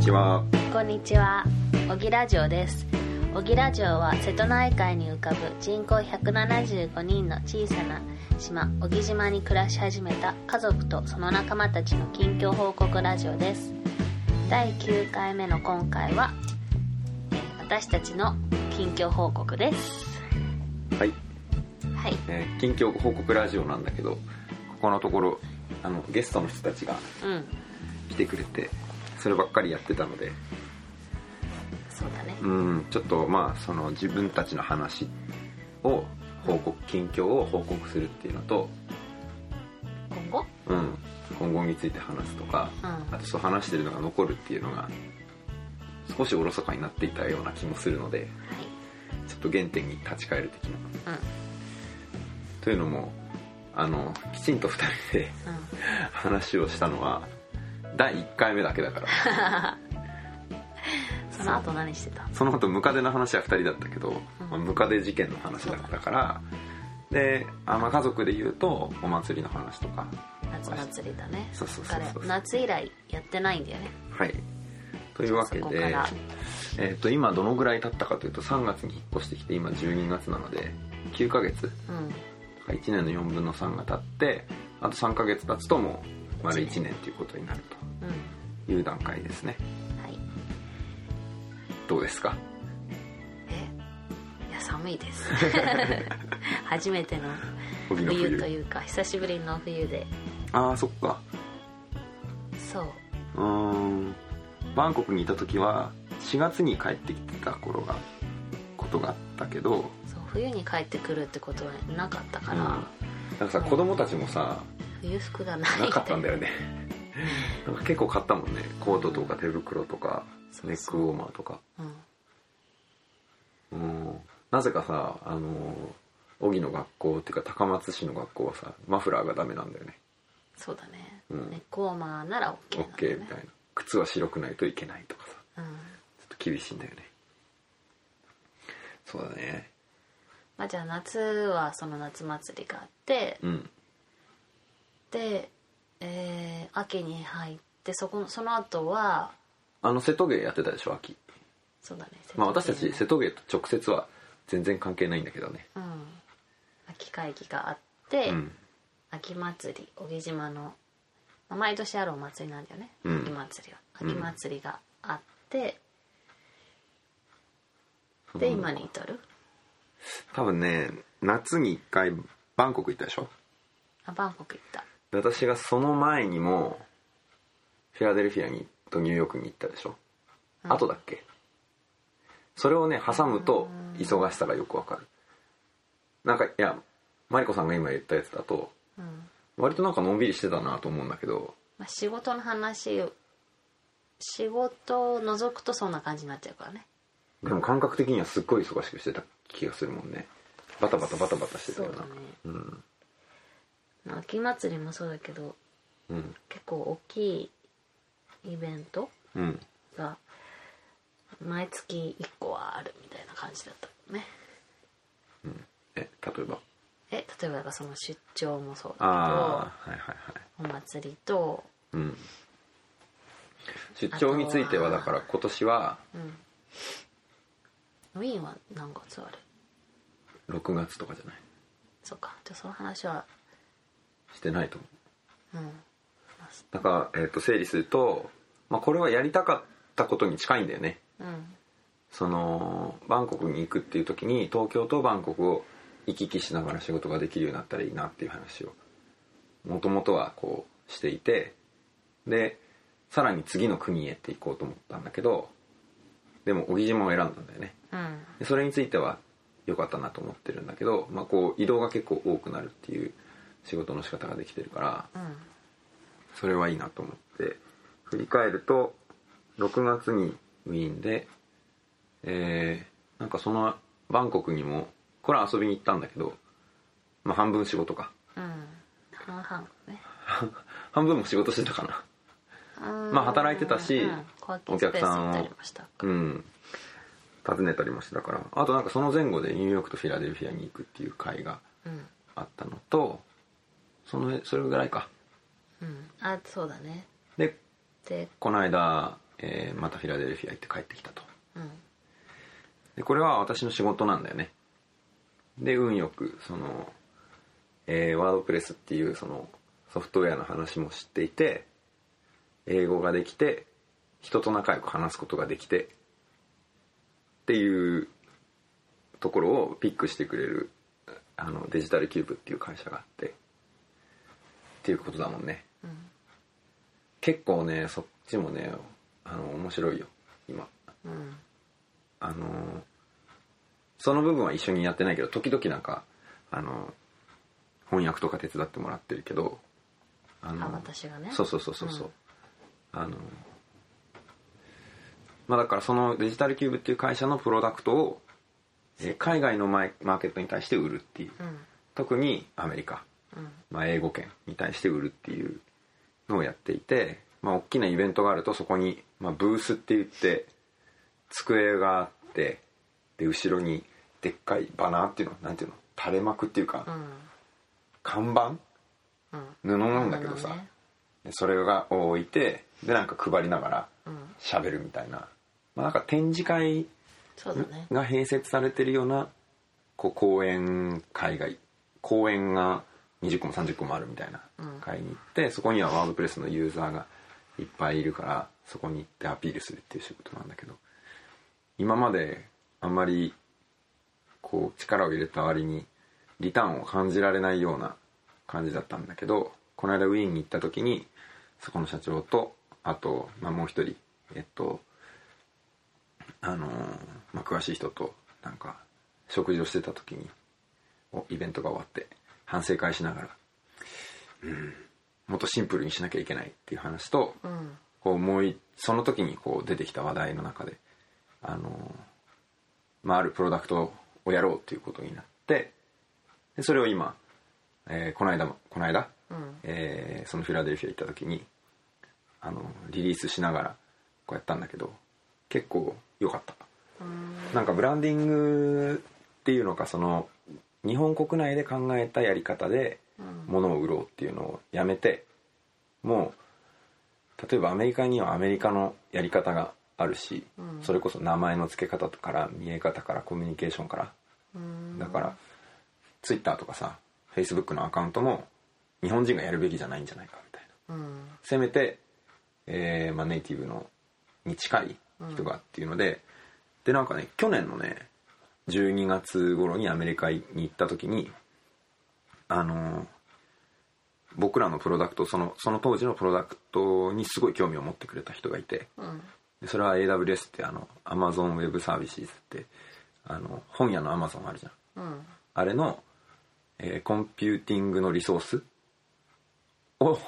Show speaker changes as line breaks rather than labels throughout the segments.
ちは。
こんにちは、小木ラジオです。小木ラジオは瀬戸内海に浮かぶ人口175人の小さな島、小木島に暮らし始めた家族とその仲間たちの近況報告ラジオです。第9回目の今回は、えー私たちの近況報告です。
はい。
はい。
えー近況報告ラジオなんだけど、ここのところ、あの、ゲストの人たちが
うん。
来てくれて、そればっかりやってたので、
そうだね。
うん、ちょっとまあ、その自分たちの話を、報告、近況を報告するっていうのと、
今後
うん、今後について話すとか、
うん。
あとそう話してるのが残るっていうのが、少しおろそかになっていたような気もするので、
はい。
ちょっと原点に立ち返る的な。
うん。
というのも、あの、きちんと二人で
うん。
話をしたのは、第1回目だけだから。
その後何してた
その後ムカデの話は2人だったけど、
うん
まあムカデ事件の話だったからであ、まあ、家族で言うとお祭りの話とか
夏祭りだね。
そうそうそうそ
彼
う
夏以来やってないんだよね。
はいというわけ
そこか
で
ら、
えっと今どのぐらい経ったかというと3月に引っ越してきて今12月なので9ヶ月
うん。
1年の4分の3が経ってあと3ヶ月経つともう丸1年ということになる
うん。
という段階ですね
はい。
どうですか
いや、寒 いです。初めての
荻の
冬と
冬
いうか、久しぶりの冬で。
ああそっか
そう。
うーんバンコクにいた時は4月に帰ってきてた頃がことがあったけど
そう、冬に帰ってくるってことはなかったから、
うんなんかさ子供たちもさ
冬服がない
なかったんだよねなんか結構買ったもんねコートとか手袋とか
そう
ネックウォーマーとか
うん。
うんなぜかさあの荻の学校っていうか高松市の学校はさマフラーがダメなんだよね
そうだね。
うん
ネックウォーマーなら OK なんだよ
OK みたい
ね。
な靴は白くないといけないとかさ
うん。
ちょっと厳しいんだよねそうだね
まあじゃあ夏はその夏祭りがあって、
うん
で、えー、秋に入って、そこの、その後は、
あの瀬戸芸やってたでしょ秋
そうだね。
まあ私たち
瀬
瀬
戸
戸芸と直接は全然関係ないんだけどね
内のうん。秋会議があって、
うん
秋祭り小木島の、まあ毎年あるお祭りなんだよね、
うん
秋祭りは
うん
秋祭りがあって、で今に至る
多分ね夏に一回バンコク行ったでしょ
あバンコク行った
で私がその前にもフィラデルフィアにとニューヨークに行ったでしょ、
うん
あとだっけそれをね挟むと忙しさがよくわかるなんかいやマリコさんが今言ったやつだと
うん、
割となんかのんびりしてたなと思うんだけど
まあ、仕事の話を仕事を除くとそんな感じになっちゃうからね
でも感覚的にはすっごい忙しくしてた気がするもんねバタバタバタバタしてた
そ
よ
う
な
だね
うん
まあ秋祭りもそうだけど
うん
結構大きいイベント
うん
が毎月1個はあるみたいな感じだったね
え例えば
え例えばだからその出張もそうだけど
ああはいはいはい
お祭りと、
うん出張については
あと
だ
は
から今年は
うん、ウィーンは何月ある
6月とかじゃない
そうかじゃあその話は
してないと思う
うん
だから、えっと整理すると、まあ、これはやりたかったことに近いんだよね
うん
そのバンコクに行くっていう時に東京とバンコクを行き来しながら仕事ができるようになったらいいなっていう話をもともとはこうしていてでさらに次の国へって行こうと思ったんだけどでも小木島を選んだんだよね
うん
でそれについては良かったなと思ってるんだけど、まあ、こう移動が結構多くなるっていう仕事の仕方ができてるから
うん
それはいいなと思って振り返ると6月にウィーンでえーなんかそのバンコクにもこれは遊びに行ったんだけど、まあ、半分仕事か
うん半々ね
半分も仕事してたかなま
ま
あ働いてたし
お客さんをりました
うん訪ねたりもしてたからあとなんかその前後でニューヨークとフィラデルフィアに行くっていう会が
うん
あったのとそのそれぐらいか
うんあそうだね
で
で
この間えーまたフィラデルフィア行って帰ってきたと
うん
でこれは私の仕事なんだよねで運よくその、えーワードプレスっていうそのソフトウェアの話も知っていて英語ができて人と仲良く話すことができてっていうところをピックしてくれるあのデジタルキューブっていう会社があってっていうことだもんね、結構ねそっちもねあの面白いよ今
うん
あのその部分は一緒にやってないけど時々なんかあの翻訳とか手伝ってもらってるけどあ
あ私がね
そうそうそうそうそう、あのまあだからそのデジタルキューブっていう会社のプロダクトをえー海外のマイマーケットに対して売るっていう、
うん
特にアメリカ、
うん
まあ、英語圏に対して売るっていうのをやっていて、まあ、大きなイベントがあるとそこに、まあ、ブースって言って机があってで後ろにでっかいバナーっていうのなんていうの垂れ幕っていうか、
うん
看板
うん
布なんだけどさ、
あのね
でそれが置いてでなんか配りながら
うん
喋るみたいな、まあ、なんか展示会
そうだね
が併設されてるようなこう公園海外公園が20個も30個もあるみたいな
うん
会に行ってそこにはワードプレスのユーザーがいっぱいいるからそこに行ってアピールするっていう仕事なんだけど今まであんまりこう力を入れた割にリターンを感じられないような感じだったんだけどこの間ウィーンに行った時にそこの社長とあと、まあ、もう一人えっとあのーまあ、詳しい人となんか食事をしてた時におイベントが終わって反省会しながら、うん、もっとシンプルにしなきゃいけないっていう話と、
うん
こう思いその時にこう出てきた話題の中で、あのーまあ、あるプロダクトをやろうっていうことになってでそれを今、えーこの間もこの間、
うん
えーそのフィラデルフィア行った時にあのリリースしながらこうやったんだけど結構良かった
うん
なんかブランディングっていうのかその日本国内で考えたやり方で
うん
物を売ろうっていうのをやめてもう例えばアメリカにはアメリカのやり方があるし、
うん
それこそ名前の付け方から見え方からコミュニケーションから
うん
だから、ツイッターとかさ、フェイスブックのアカウントも、日本人がやるべきじゃないんじゃないかみたいな。
うん
せめて、えーまあ、ネイティブの、に近い人がっていうので、で、なんかね、去年のね、12月頃にアメリカに行った時に、あのー僕らのプロダクト、その、その当時のプロダクトにすごい興味を持ってくれた人がいて、
うん
でそれは AWS ってあの、Amazon Web Services って、あの、本屋の Amazon あるじゃん。
うん
あれの、えーコンピューティングのリソースを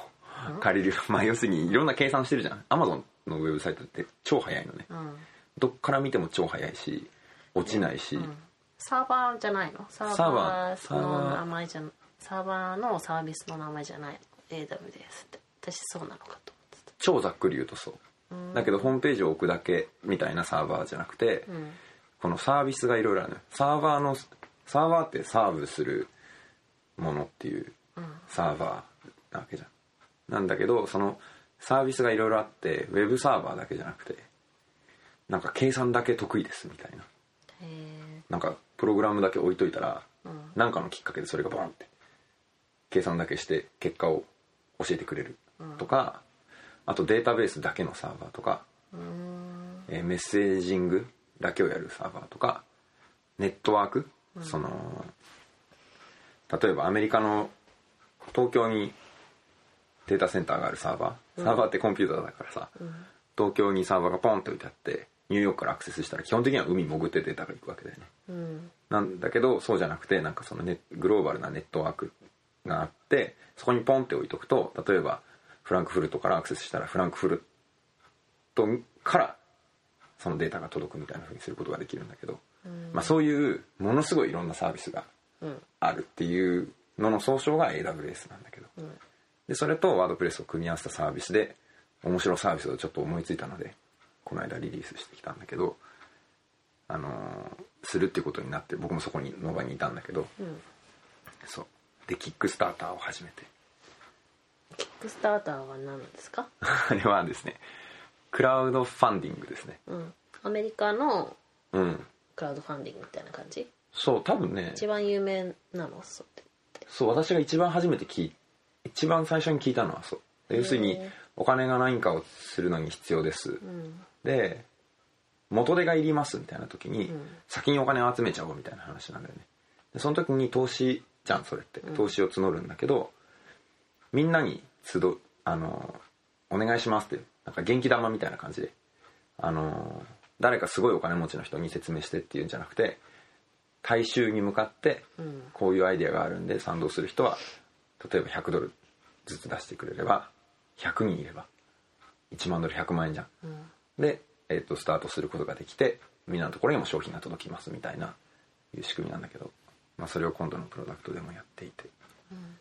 借りる。 まあ、要するにいろんな計算してるじゃん。Amazon のウェブサイトって超早いのね。
うん
どっから見ても超早いし、落ちないし、
うんサーバーじゃないのサー
サー
バ
バー
ーの名前じゃサーバーのサービスの名前じゃない AWS って私そうなのかと
超ざっくり言うとそう。
思ってた
だけど、ホームページを置くだけみたいなサーバーじゃなくて、
うんうん
このサービスがいろいろあるのよサーバーの、サーバーってサーブするものっていう
うん
サーバーなわけじゃんなんだけどそのサービスがいろいろあってウェブサーバーだけじゃなくてなんか計算だけ得意ですみたいな
へえ
なんかプログラムだけ置いといたら
うん
なんかのきっかけでそれがボンって計算だけして結果を教えてくれるとか、あとデータベースだけのサーバーとか、
うーん
えーメッセージングだけをやるサーバーとかネットワーク、その例えばアメリカの東京にデータセンターがあるサーバーサーバーってコンピューターだからさ、東京にサーバーがポンって置いてあってニューヨークからアクセスしたら基本的には海潜ってデータが行くわけだよね
うん
なんだけどそうじゃなくてなんかそのネグローバルなネットワークがあってそこにポンって置いとくと例えばフランクフルトからアクセスしたらフランクフルトからそのデータが届くみたいな風にすることができるんだけど、まあ、そういうものすごいいろんなサービスが
うん
あるっていうのの総称が AWS なんだけど、
ん
でそれとワードプレスを組み合わせたサービスで面白いサービスをちょっと思いついたのでこの間リリースしてきたんだけど、あのーするっていうことになって僕もそこにの場にいたんだけど、
うん
そうでキックスターターを始めて
キックスターターは何なんですか
あれはですねクラウドファンディングですね
うん、アメリカの
うん
クラウドファンディングみたいな感じ
そう多分ね
一番有名なのそうって
そう私が一番初めて聞い一番最初に聞いたのはそう要するに
へえ
お金が何かをするのに必要です、
うん
で元手がいりますみたいな時に、
うん
先にお金を集めちゃおうみたいな話なんだよねでその時に投資じゃんそれって投資を募るんだけど、みんなに集うあのお願いしますってなんか元気玉みたいな感じであの誰かすごいお金持ちの人に説明してっていうんじゃなくて大衆に向かって
うん
こういうアイデアがあるんで賛同する人は例えば100ドルずつ出してくれれば100人いれば1万ドル100万円じゃん
うん
で、えっとスタートすることができてみんなのところにも商品が届きますみたいないう仕組みなんだけど、まあ、それを今度のプロダクトでもやっていて、うん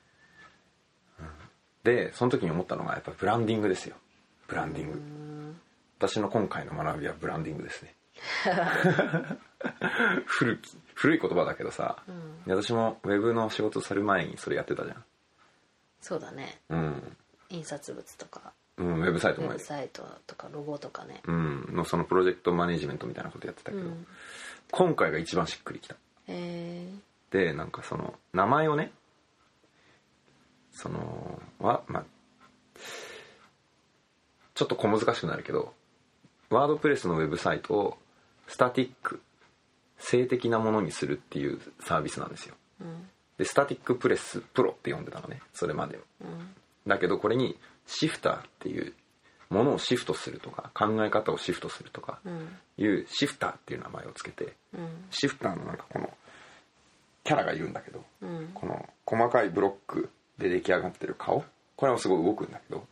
でその時に思ったのがやっぱブランディングですよブランディング、私の今回の学びはブランディングです ね古き古い言葉だけどさ、で私もウェブの仕事する前にそれやってたじ
そうだね
ゃんうん、
印刷物とか
うん、ウェブサイ
ウ
ト
ェ
も
ブサイトとかロゴとかね
うん、のそのプロジェクトマネジメントみたいなことやってたけど、今回が一番しっくりきた
え
でなんかその名前をねそのはまあちょっと小難しくなるけどワードプレスのウェブサイトをスタティック性的なものにするっていうサービスなんですよ
ーうん
でスタティックプレスプロって呼んでたのねそれまでは
うん
だけどこれにシフターっていうものをシフトするとか考え方をシフトするとか
うん
いうシフターっていう名前をつけて
うん
シフターのなんかこのキャラがいるんだけど
うん
この細かいブロックで出来上がってる顔これはすごい動くんだけど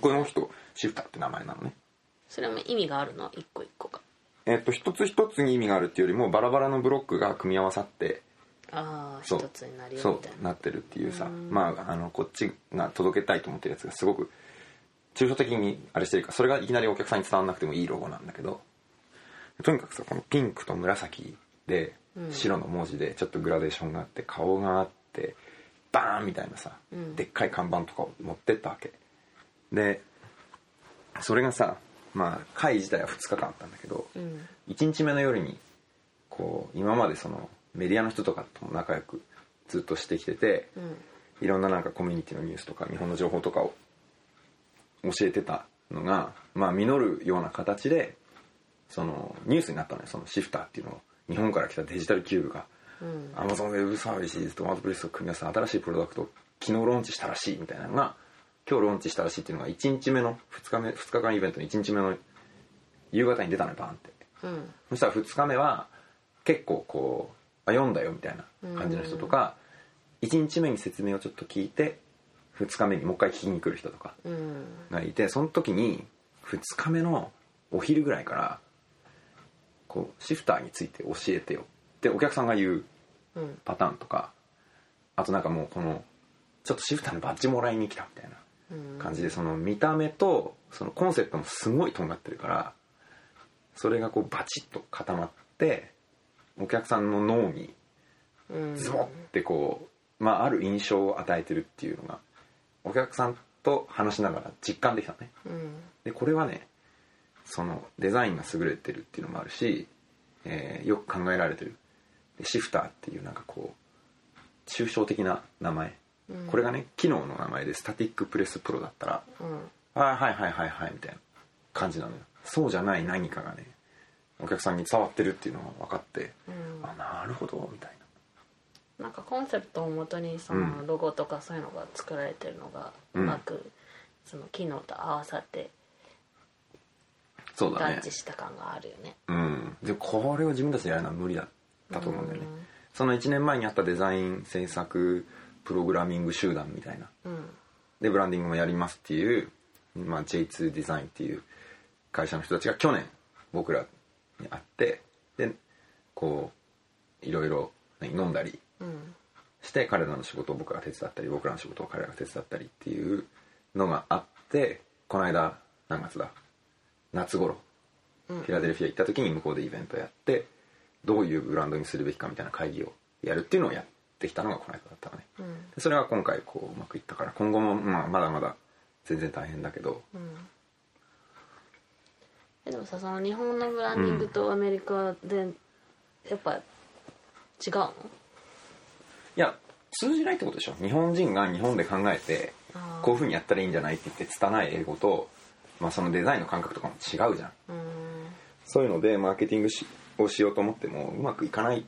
この人シフターって名前なのね
それも意味があるの一個一個が
えっと一つ一つに意味があるっていうよりもバラバラのブロックが組み合わさって
ああ
そう
一つになるよみ
そ
たいうな
なってるっていうさまああのこっちが届けたいと思ってるやつがすごく抽象的にあれしてるからそれがいきなりお客さんに伝わんなくてもいいロゴなんだけどとにかくさこのピンクと紫で白の文字でちょっとグラデーションがあって顔があってバーンみたいなさ、でっかい看板とかを持ってったわけでそれがさまあ会自体は2日間あったんだけど、
うん
1日目の夜にこう今までそのメディアの人とかとも仲良くずっとしてきてて、
うん
いろんななんかコミュニティのニュースとか日本の情報とかを教えてたのが、まあ、実るような形でそのニュースになったのよそのシフターっていうのを日本から来たデジタルキューブが
うん
アマゾン n ウェブサービスとワードプレスを組み合わせた新しいプロダクトを昨日ローンチしたらしいみたいなのが今日ローンチしたらしいっていうのが1日目の2日目2日間イベントの1日目の夕方に出たのよバーンって。
うん
そしたら2日目は結構こうあ読んだよみたいな感じの人とか、1日目に説明をちょっと聞いて2日目にもう一回聞きに来る人とか
うん
がいてその時に2日目のお昼ぐらいからこうシフターについて教えてよってお客さんが言う
うん
パターンとかあとなんかもうこのちょっとシフターのバッジもらいに来たみたいな
うん
感じでその見た目とそのコンセプトもすごいとんがってるからそれがこうバチッと固まってお客さんの脳に
うん
ズボッてこう、まあ、ある印象を与えてるっていうのがお客さんと話しながら実感できたのね
うん
でこれはねそのデザインが優れてるっていうのもあるし、えーよく考えられてるでシフターっていうなんかこう抽象的な名前、
うん
これがね機能の名前でスタティックプレスプロだったら
うん
あはいはいはいはいみたいな感じなのよそうじゃない何かがねお客さんに伝わってるっていうのが分かって、
うん
あなるほどみたい
なんかコンセプトをもとにそのロゴとかそういうのが作られてるのがうまくその機能と合わさって
なそう
合
だね
致した感があるよね
うんでもこれを自分たちでやるのは無理だったと思うんだよね、
うん
その1年前にあったデザイン制作プログラミング集団みたいな
うん
でブランディングもやりますっていう、まあ、J2 デザインっていう会社の人たちが去年僕らに会ってでこういろいろ何飲んだり
うん
して彼らの仕事を僕が手伝ったり僕らの仕事を彼らが手伝ったりっていうのがあってこの間何月だ夏頃フィラデルフィア行った時に向こうでイベントやってどういうブランドにするべきかみたいな会議をやるっていうのをやってきたのがこの間だったのね、
うん
でそれが今回こううまくいったから今後もまあまだまだ全然大変だけど
うんえでもさその日本のブランディングとアメリカでやっぱ違うの、
いや通じないってことでしょ日本人が日本で考えて
あー
こういうふうにやったらいいんじゃないって言って拙い英語と、まあ、そのデザインの感覚とかも違うじゃん
うーん
そういうのでマーケティングしをしようと思ってもうまくいかないっ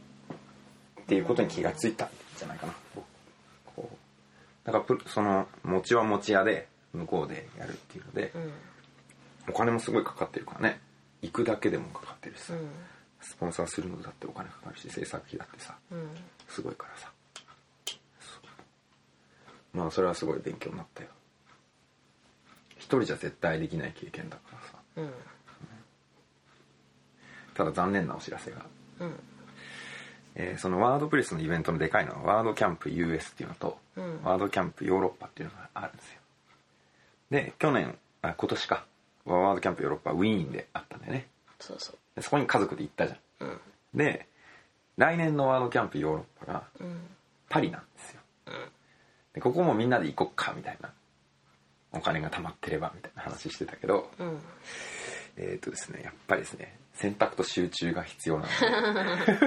ていうことに気がついたんじゃないかなこうだからプその持ちは持ち屋で向こうでやるっていうので
うん
お金もすごいかかってるからね行くだけでもかかってるし
う
さ
ん
スポンサーするのだってお金かかるし制作費だってさ
うん
すごいからさそうまあそれはすごい勉強になったよ一人じゃ絶対できない経験だからさ
うん
ただ残念なお知らせが、
うん
えーそのワードプレスのイベントのでかいのはワードキャンプ US っていうのと、
うん
ワードキャンプヨーロッパっていうのがあるんですよで去年あ今年かワードキャンプヨーロッパウィーンであったんだよね
そうそう
でそこに家族で行ったじゃん
うん
で来年のワードキャンプヨーロッパが
うん
パリなんですよ、でここもみんなで行こっかみたいなお金が貯まってればみたいな話してたけど
うん
えっ、とですねやっぱりですね選択と集中が必要 なんで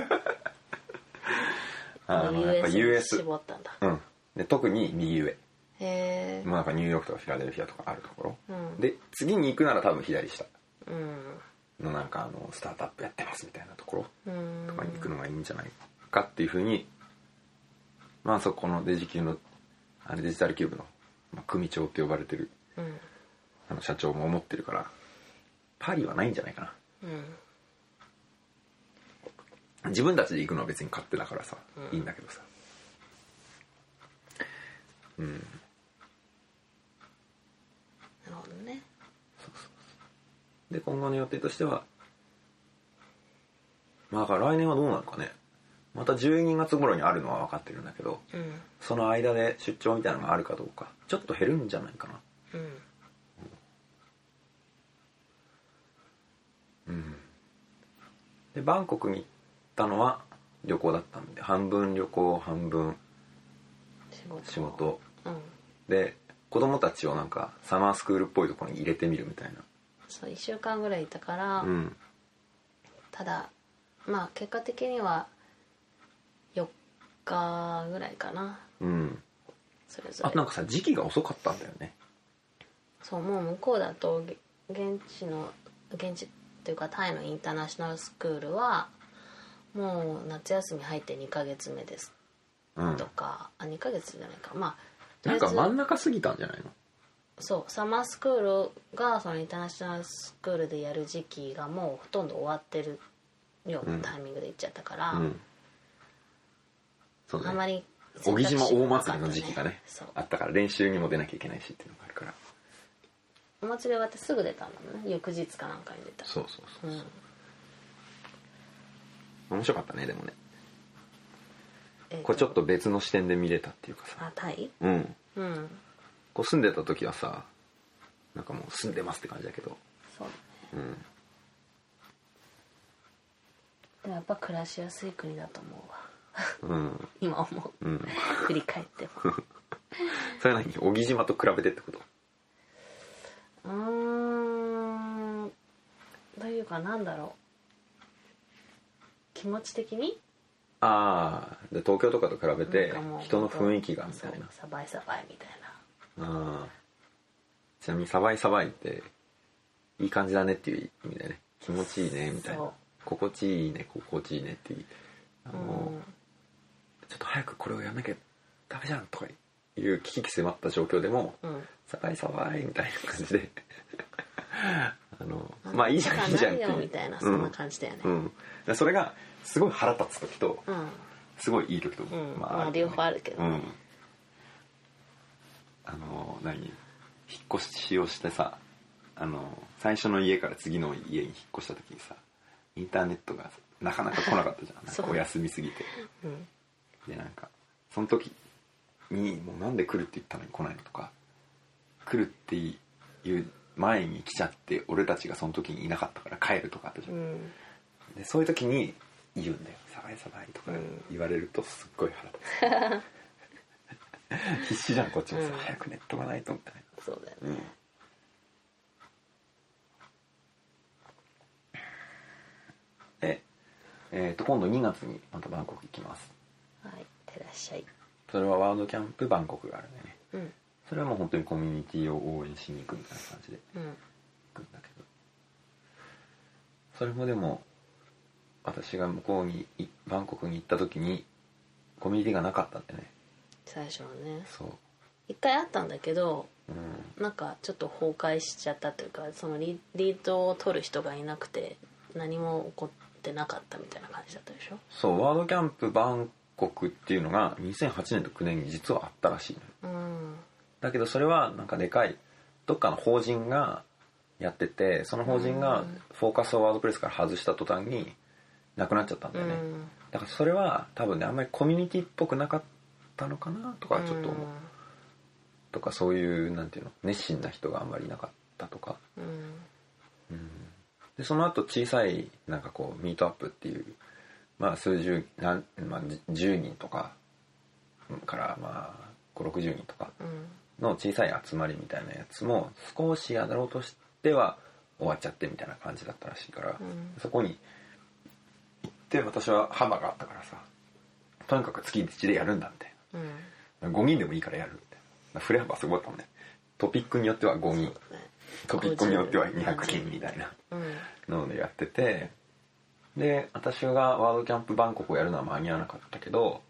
あのやっぱ
US
US
に絞ったんだ
うんで特に右上
へえ
もうなんかニューヨークとかフィラデルフィアとかあるところ、
うん
で次に行くなら多分左下
うん
のなんかあのスタートアップやってますみたいなところ
うん
とかに行くのがいいんじゃないかっていうふうに、まあそこのデジキューのあれデジタルキューブの、まあ、組長って呼ばれてる
うん
あの社長も思ってるからパリはないんじゃないか
うん
な自分たちで行くのは別に勝手だからさ、いいんだけどさうん
なるほどね
で今後の予定としてはまあだから来年はどうなのかねまた12月頃にあるのは分かってるんだけど
うん
その間で出張みたいなのがあるかどうかちょっと減るんじゃないかな
うん
でバンコクに行ったのは旅行だったんで半分旅行半分
仕事
仕事
うん
で子供たちをなんかサマースクールっぽいところに入れてみるみたい
そう1週間ぐらいいたから、
なうん
ただまあ結果的には4日ぐらいかな
うん
それぞ
あ
れ
となんかさ時期が遅かったんだよね
そうもう向こうだとげ現地の現地っていうかタイのインターナショナルスクールはもう夏休み入って2ヶ月目です
うん
とか、あ2ヶ月じゃないかまあとり
な
あえ
ん
ず
か真ん中過ぎたんじゃないの
そうサマースクールがそのインターナショナルスクールでやる時期がもうほとんど終わってるようなタイミングで行っちゃったから、
うんそう
あま
ね
り選
小
択
木
肢
島大
がなかっ
祭
た
りの時期がね
そう
あったから練習にも出なきゃいけないしっていうのがあるから
お祭り終わってすぐ出たんだもんね翌日かなんかに出た
そうそうそう
うん
面白かったねでもね
えーと
これちょっと別の視点で見れたっていうかさ
あタイ
うん
うん
こう住んでた時はさなんかもう住んでますって感じだけど
そう
うん
でもやっぱ暮らしやすい国だと思う
う
わ
ん
今思う、
うん
振り返っても
それは何小木島と比べてってこと
うーんというかなんだろう気持ち的に
ああで東京とかと比べて
なんかもう
人の雰囲気がみたい
そう
な
サバイサバイみたいな
あーちなみに「サバイサバイ」っていい感じだねっていう意味だよね気持ちいいねみたい
そ
な
う
心地いいね心地いいねっていうあの、ちょっと早くこれをやんなきゃダメじゃんとかいう危機迫った状況でも
うんうん
「サバイサバイ」みたいな感じであのまあいいじゃんいいじゃんってう
ないんかなるよみたいな
う
そんな感じだよね
うん、だからそれがすごい腹立つ時と
うん
すごいいい時と、
んまあ両方あるけど
うん、あの何引っ越しをしてさあの最初の家から次の家に引っ越した時にさインターネットがなかなか来なかったじゃんなん
そ
か
う
お休みすぎて
うん
でなんかその時にもうなんで来るって言ったのに来ないのとか来るっていう前に来ちゃって俺たちがその時にいなかったから帰るとかあったじゃん
うん
でそういう時に言うんだよ「サバイサバイ」とか
うん
言われるとすっごい腹 立つ必死じゃんこっちもさ、
うん
早くネットがないとみたい
そうだよ
な、
ね
で、えー、と今度2月にまたバンコク行きます
はいいってらっしゃい
それはワールドキャンプバンコクがあるんでね
うん
それはもう本当にコミュニティを応援しに行くみたいな感じで
うん
行くんだけどそれもでも私が向こうにいバンコクに行った時にコミュニティがなかったんでね
最初はね
そ
一回あったんだけど
ううん
なんかちょっと崩壊しちゃったというかそのリリードを取る人がいなくて何も起こってなかったみたいな感じだったでしょ
そうワードキャンプバンコクっていうのが2008年と9年に実はあったらしいのよ
うん
だけどそれはなんかでかいどっかの法人がやっててその法人がフォーカスをワードプレスから外した途端になくなっちゃったんだ
う
よね、
ん
だからそれは多分ねあんまりコミュニティっぽくなかったのかなとかちょっと思う、とかそういうなんていうの熱心な人があんまりいなかったとか
うん
でその後小さいなんかこうミートアップっていうまあ数十なん、まあ、じ10人とかからまあ560人とか
うん
の小さい集まりみたいなやつも少しやろうとしては終わっちゃってみたいな感じだったらしいから、
うん
そこに行って私は幅があったからさとにかく月1でやるんだみたい
うん
な5人でもいいからやるみたいな振れ幅すごかったもんねトピックによっては5人トピックによっては200人みたいな
うん
のでやっててで私がワードキャンプバンコクをやるのは間に合わなかったけど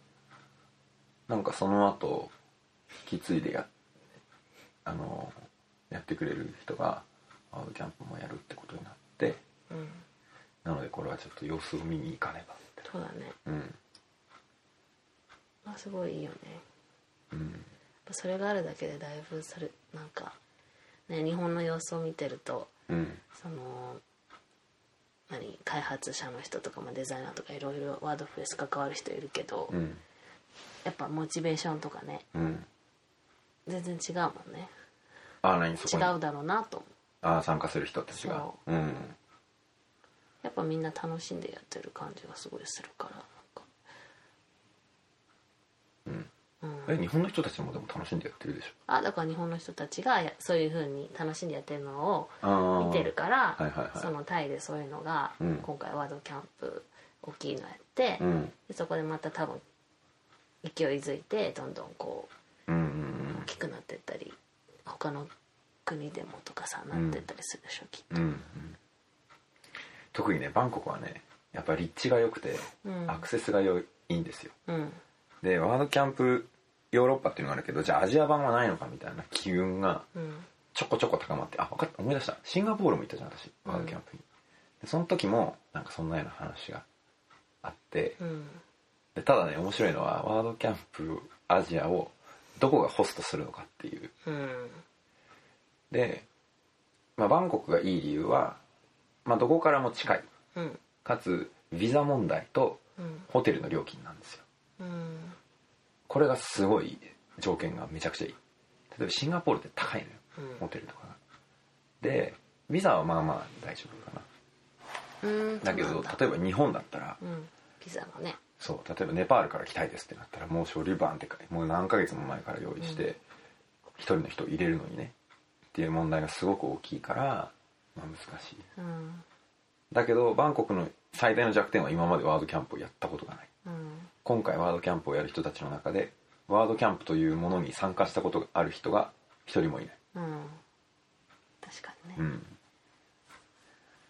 なんかその後引き継いでやあのやってくれる人がワードキャンプもやるってことになって
うん
なのでこれはちょっと様子を見に行かねば
そうだね
うん
あすごいいいよね
うん
やっぱそれがあるだけでだいぶそれなんかね日本の様子を見てると
うん
その何開発者の人とかもデザイナーとかいろいろワードプレス関わる人いるけど、
うん
やっぱモチベーションとかね
うん
全然違うもんね
あ何そ
違
こに
うだろうなと思う
あ参加する人たちが
そう
うん
やっぱみんな楽しんでやってる感じがすごいするからなんか
え日本の人たちもでも楽しんでやってるでしょ
あだから日本の人たちがやそういう風に楽しんでやってるの
あ
を
ー
見てるから、
はいはいはい
そのタイでそういうのが、
うん
今回ワードキャンプ大きいのやって、
うん
でそこでまた多分勢いづいてどんどんこう
うんうん
大きくなってったり他の国でもとかさなってったりするでしょ、きっ
うんうんうん特にねバンコクはねやっぱ立地が良くて、
うん
アクセスが良いいいんですよ
とうん
でワードキャンプヨーロッパっていうのがあるけどじゃあアジア版はないのかみたいな機運が
うん
ちょこちょこ高まってあ分かった思い出したシンガポールも行ったじゃん私ワードキャンプに、でその時もなんかそんなような話があって
うん
でただね面白いのはワードキャンプアジアをどこがホストするのかっていう
うん
で、まあ、バンコクがいい理由は、まあ、どこからも近い
うん
かつビザ問題と
うん
ホテルの料金なんですよ
うん
これがすごい条件がめちゃくちゃいい例えばシンガポールって高いのよ、
うん
ホテルとかがでビザはまあまあ大丈夫かな
うん
だけ
そ
ど
うなん
例えば日本だったら
うんピザのね
そう例えばネパールから来たいですってなったらもう書類バンってかもう何ヶ月も前から用意して一人の人を入れるのにねっていう問題がすごく大きいから、まあ、難しい
うん
だけどバンコクの最大の弱点は今までワードキャンプをやったことがない
うん
今回ワードキャンプをやる人たちの中でワードキャンプというものに参加したことがある人が一人もいない、
うん確かにね
うん、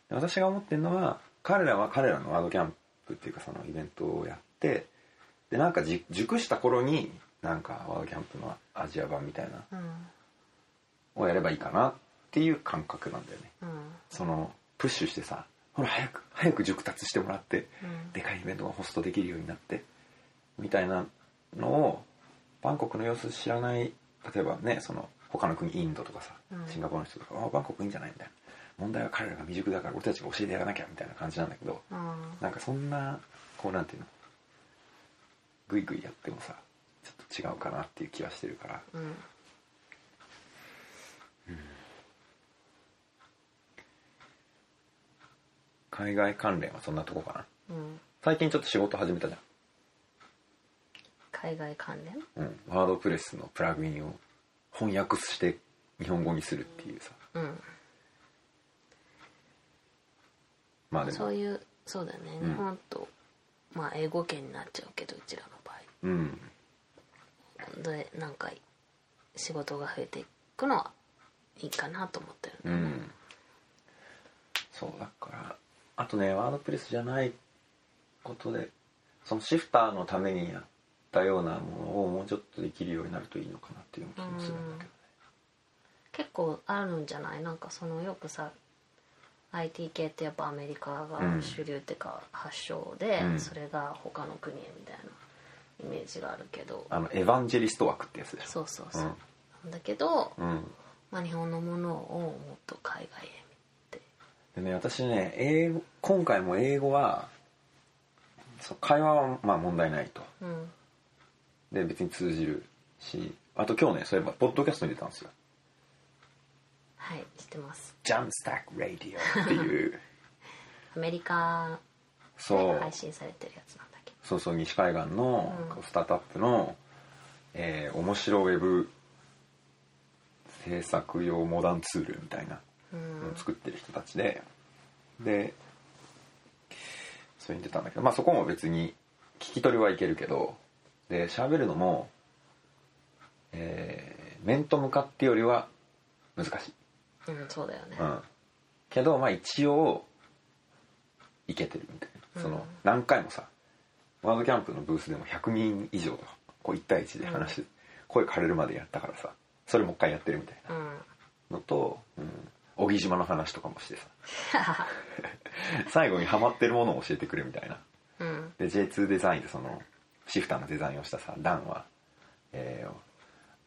で私が思ってるのは彼らは彼らのワードキャンプっていうかそのイベントをやってでなんかじ熟した頃になんかワードキャンプのアジア版みたいな
うん
をやればいいかなっていう感覚なんだよね
うん
そのプッシュしてさほら早く早く熟達してもらって、
うん
でかいイベントがホストできるようになってみたいなのをバンコクの様子知らない例えばねその他の国インドとかさ、
うん
シンガポールの人とか「あバンコクいいんじゃない?」みたいな問題は彼らが未熟だから俺たちが教えてやらなきゃみたいな感じなんだけど
うん
なんかそんなこうなんていうのグイグイやってもさちょっと違うかなっていう気はしてるから
うん
海外関連はそんなとこかな
うん
最近ちょっと仕事始めたじゃん
海外関連
うん、ワードプレスのプラグインを翻訳して日本語にするっていうさ
うん
まあで
そう
も
いうそうだね
うん
日本と、まあ英語圏になっちゃうけどうちらの場
うん
合でなんか仕事が増えていくのはいいかなと思ってる
う
ね
んそうだからあとねワードプレスじゃないことでそのシフターのためにやったようなものをもうちょっとできるようになるといいのかなっていう気もするんだけ
結構あるんじゃないなんかそのよくさ IT 系ってやっぱアメリカが
うん
主流っていうか発祥で、
うん
それが他の国へみたいなイメージがあるけど
ど、あのエヴァンジェリスト枠ってやつでしょ
そうそうそう、なんだけど、
うん
まあ、日本のものをもっと海外へって
でね私ね英語今回も英語はそう会話はまあ問題ないと
うん
で別に通じるしあと今日ねそういえばポッドキャストに出たんですよ
はい知ってます
「ジャンスタック・ラディオ」っていう
アメリカで
そう
配信されてるやつなんだけ
そうそう西海岸の
うん
こうスタートアップの、えー面白ウェブ制作用モダンツールみたいな
どうん
のを作ってる人たちで、でそれに出たんだけどまあそこも別に聞き取りはいけるけどで喋るのも、えー面と向かってよりは難しい、
うんそうだよね
うん、けどまあ一応いけてるみたいなその何回もさワードキャンプのブースでも100人以上とかこう1対1で話して、声枯れるまでやったからさそれもう一回やってるみたいな
うん、
のと、うん、小木島の話とかもしてさ最後にハマってるものを教えてくれみたいな
うん
で J2 デザインでそのシフターのデザインをしたさダンは、えー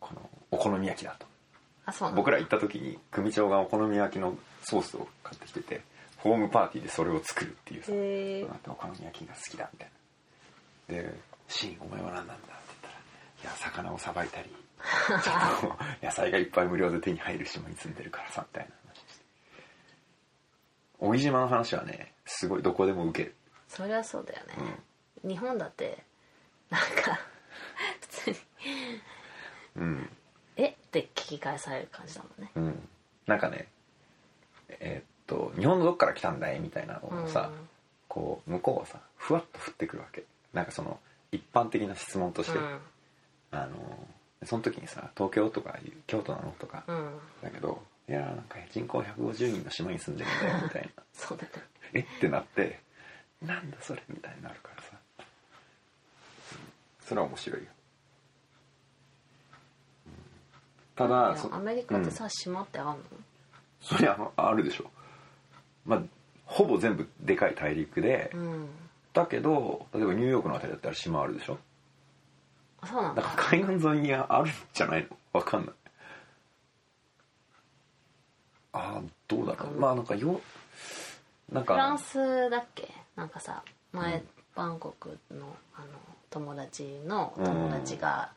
このお好み焼きだと
あそうなんだ
僕ら行った時に組長がお好み焼きのソースを買ってきててホームパーティーでそれを作るっていうさ
へー
あなたお好み焼きが好きだみたいなで「シーンお前は何なんだ」って言ったら「いや魚をさばい たりちょっと野菜がいっぱい無料で手に入る島に住んでるからさ」みたいな話して小木島の話はねすごいどこでも受ける
そりゃそうだよね、日本だってなんか 普通に
うん
「えっ?」て聞き返される感じだもんね
うんなんかねえーっと「日本のどっから来たんだい?」みたいなのをさ、
うん
こう向こうはさふわっと降ってくるわけなんかその一般的な質問として、
うん
あのその時にさ「東京とかいう京都なの?」とか、
うん
だけど「いやーなんか人口150人の島に住んでるんだ よ」みたいな
そうだね
「えっ?」てなって「なんだそれ」みたいになるからさうんそれは面白いようんただ
いや
そ
アメリカってさ、
うん
島ってあんの
それはあるでしょまあほぼ全部でかい大陸で、
うん
だけど例えばニューヨークのあたりだったら島あるでしょ
あそうなん
だ
だ
から海岸沿いにあるんじゃないのわかんないああどうだろうまあなんかよなんか
フランスだっけなんかさ前、バンコクのあの友達の友達が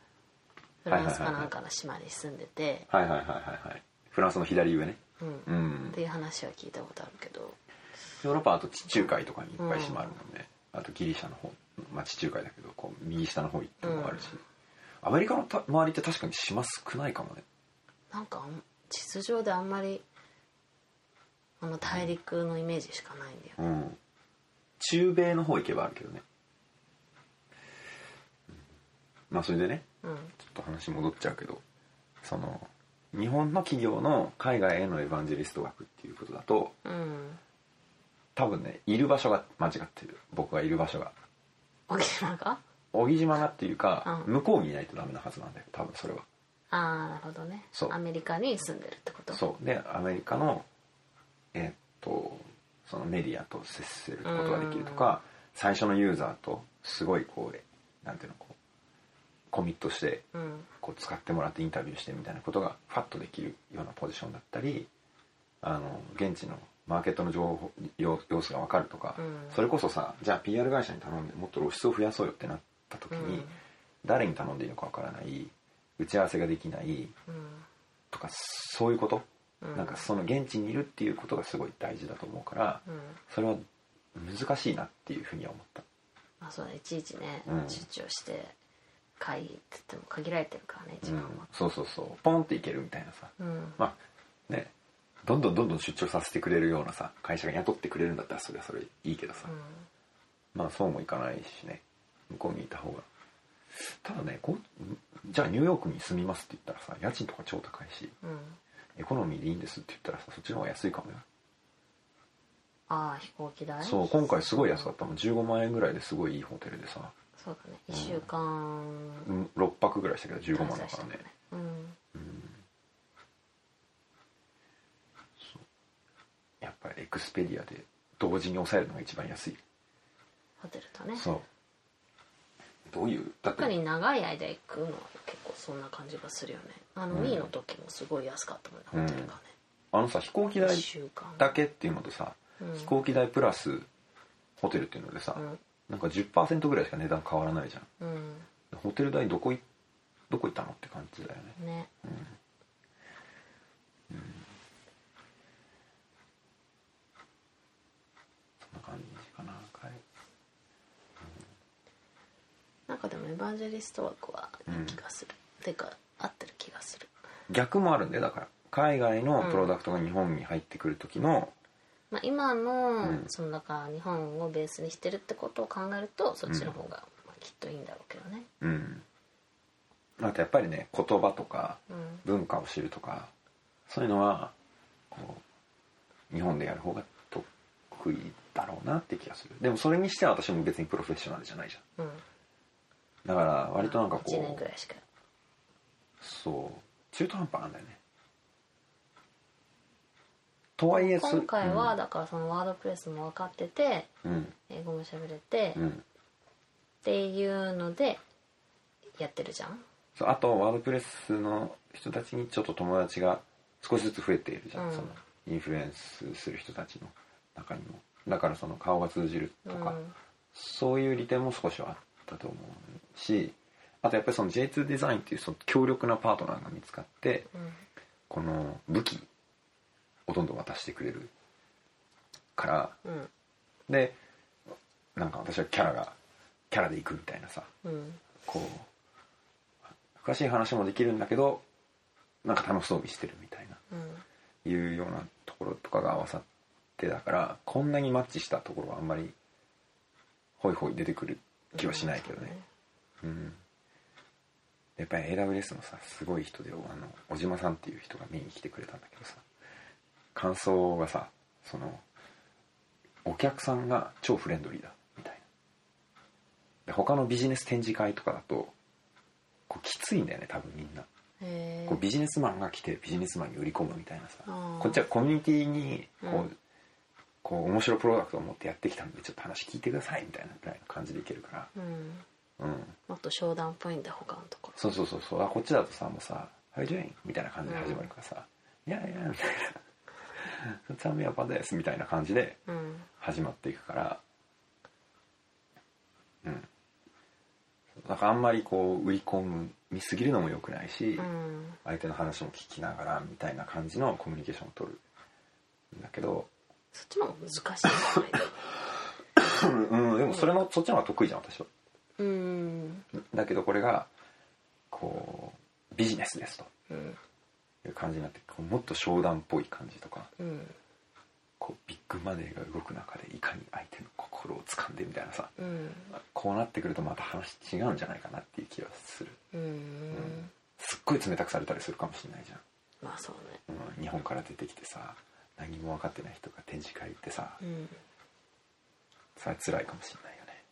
フランスかなんかの島に住んでて、
はいはいはいはいはいフランスの左上ね
うん
うん
っていう話は聞いたことあるけど
ヨーロッパはあと地中海とかにいっぱい島あるもんね、あとギリシャの方まあ地中海だけどこう右下の方行ってもあるし、アメリカのた周りって確かに島少ないかもね
なんかあん地図上であんまりあの大陸のイメージしかないんだよ、
うん中米の方行けばあるけどねうんまあそれでね
うん、
ちょっと話戻っちゃうけどその日本の企業の海外へのエヴァンジェリスト枠っていうことだと
うん
多分ねいる場所が間違ってる僕がいる場所が
沖縄が
小木島がっていうか、
うん
向こうにいないとダメなはずなんだよ多分それは
ああなるほどね
そう
アメリカに住んでるってこと
そうでアメリカのえーっとそのメディアと接することができるとか最初のユーザーとすごいこうなんていうのこうコミットして
う、うん、
こう使ってもらってインタビューしてみたいなことがファッとできるようなポジションだったりあの現地のマーケットの情報様様子が分かるとか、
うん
それこそさじゃあ PR 会社に頼んでもっと露出を増やそうよってなった時に、
うん
誰に頼んでいいのか分からない打ち合わせができない
うん
とかそういうこと、
うん
なんかその現地にいるっていうことがすごい大事だと思うから、
うん
それは難しいなっていうふうには思った。
まあそうだいちいちね、
うん
出張して会議って言っても限られてるからね時
う
間
ん
は、
そうそうそうポンっていけるみたいなさ、
うん、
まあねどんどんどんどん出張させてくれるようなさ会社が雇ってくれるんだったらそれはそれいいけどさ、まあそうもいかないしね向こうにいた方がただねこうんじゃあニューヨークに住みますって言ったらさ家賃とか超高いし
うん、うん、
エコノミーでいいんですって言ったらさそっちの方が安いかもよ
ああ飛行機代
そう今回すごい安かったもん15万円ぐらいですごいいいホテルでさ
そうだね1週間
うん6泊ぐらいしたけど15万だからね
うん
やっぱりエクスペディアで同時に抑えるのが一番安い
ホテルとね
そうどういうだっ
やっぱ
て
り長い間行くのは結構そんな感じがするよねあの、
うん
Wii の時もすごい安かったもんねホテルがね、
あのさ飛行機代
1週間
だけっていうのとさ、
うん
飛行機代プラスホテルっていうのでさ、
うん
なんか10%ぐらいしか値段変わらないじゃん
うん
ホテル代どこいどこ行ったのって感じだよね
ね
そんな感じかなはい
なんかでもエヴァンジェリスト枠はいい気がする、てか合ってる気がする
逆もあるんだよだから海外のプロダクトが日本に入ってくる時の、
まあ、今の、
うん
そのだから日本をベースにしてるってことを考えるとそっちの方がまあきっといいんだろうけどね
うん、あとやっぱりね言葉とか
うん
文化を知るとかそういうのはこう日本でやる方が得意だろうなって気がするでもそれにしては私も別にプロフェッショナルじゃないじゃ
うん
んだから割となんか
1年
こ
ぐ
う
らいしか
そう中途半端なんだよねとはいえす
今回はだからそのワードプレスも分かってて
うん
英語も喋れて、
うん、
っ
うん
ていうのでやってるじゃん
そうあとワードプレスの人たちにちょっと友達が少しずつ増えているじゃん、
うん
そのインフルエンスする人たちの中にもだからその顔が通じるとか、
うん
そういう利点も少しはあったと思うしあとやっぱりその J2 デザインっていうその強力なパートナーが見つかって
うん
この武器をどんどん渡してくれるから
うん
でなんか私はキャラがキャラでいくみたいなさ
うん
こう詳しい話もできるんだけどなんか楽しそうにしてるみたいな
うん
いうようなところとかが合わさってだからこんなにマッチしたところはあんまりホイホイ出てくる気はしないけどね。うん、やっぱり AWS のさすごい人であの小島さんっていう人が見に来てくれたんだけどさ感想がさそのお客さんが超フレンドリーだみたいなで他のビジネス展示会とかだとこうきついんだよね多分みんな
へえ
こうビジネスマンが来てビジネスマンに売り込むみたいなさ
あー
こっちはコミュニティにこう,、
うん
こう面白いプロダクトを持ってやってきたんでちょっと話聞いてくださいみたいなぐらいの感じでいけるか
うん
らうん
もっと商談っぽいんだ他のところ
そうそうそうそうあこっちだとさもうさ「How are you doing?」みたいな感じで始まるからさ「いやいや」みたいな「Tell me about this」みたいな感じで
うん
始まっていくからうんなんかあんまりこう売り込みすぎるのも良くないし、
うん
相手の話も聞きながらみたいな感じのコミュニケーションを取るんだけど
そっちの方が難しいんじゃない
うん、うんでもそれのそっちの方が得意じゃん私は
うん
だけどこれがこうビジネスですと
うん
いう感じになってこうもっと商談っぽい感じとか
うん
こうビッグマネーが動く中でいかに相手の心を掴んでみたいなさ
うん
こうなってくるとまた話違うんじゃないかなっていう気がする
うん
すっごい冷たくされたりするかもしれないじゃ
まあそうね
ん、うん、日本から出てきてさ何も分かってない人が展示会行ってさ
うん
それは辛いかもしれないよね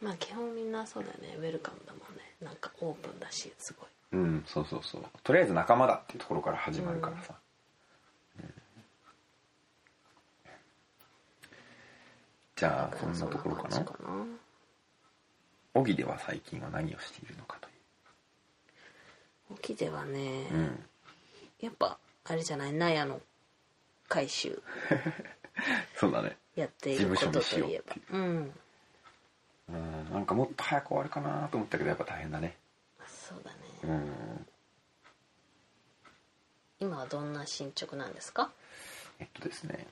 まあ基本みんなそうだよねウェルカムだもんねなんかオープンだしすごい
うんそうそうそうとりあえず仲間だっていうところから始まるからさ、うんじゃあそんなところか
そん
な
な感じかな
荻では最近は何をしているのかとい
沖ではね、
う、うん、
やっぱあれじゃない納屋の回収
そうだね
やっていること
事務所
と
にし
い
よ
え
う
ば
っていう
うん
うんなんかもっと早く終わるかなと思ったけどやっぱ大変だね
そうだね
うん
今はどんな進捗なんですか
えっとですね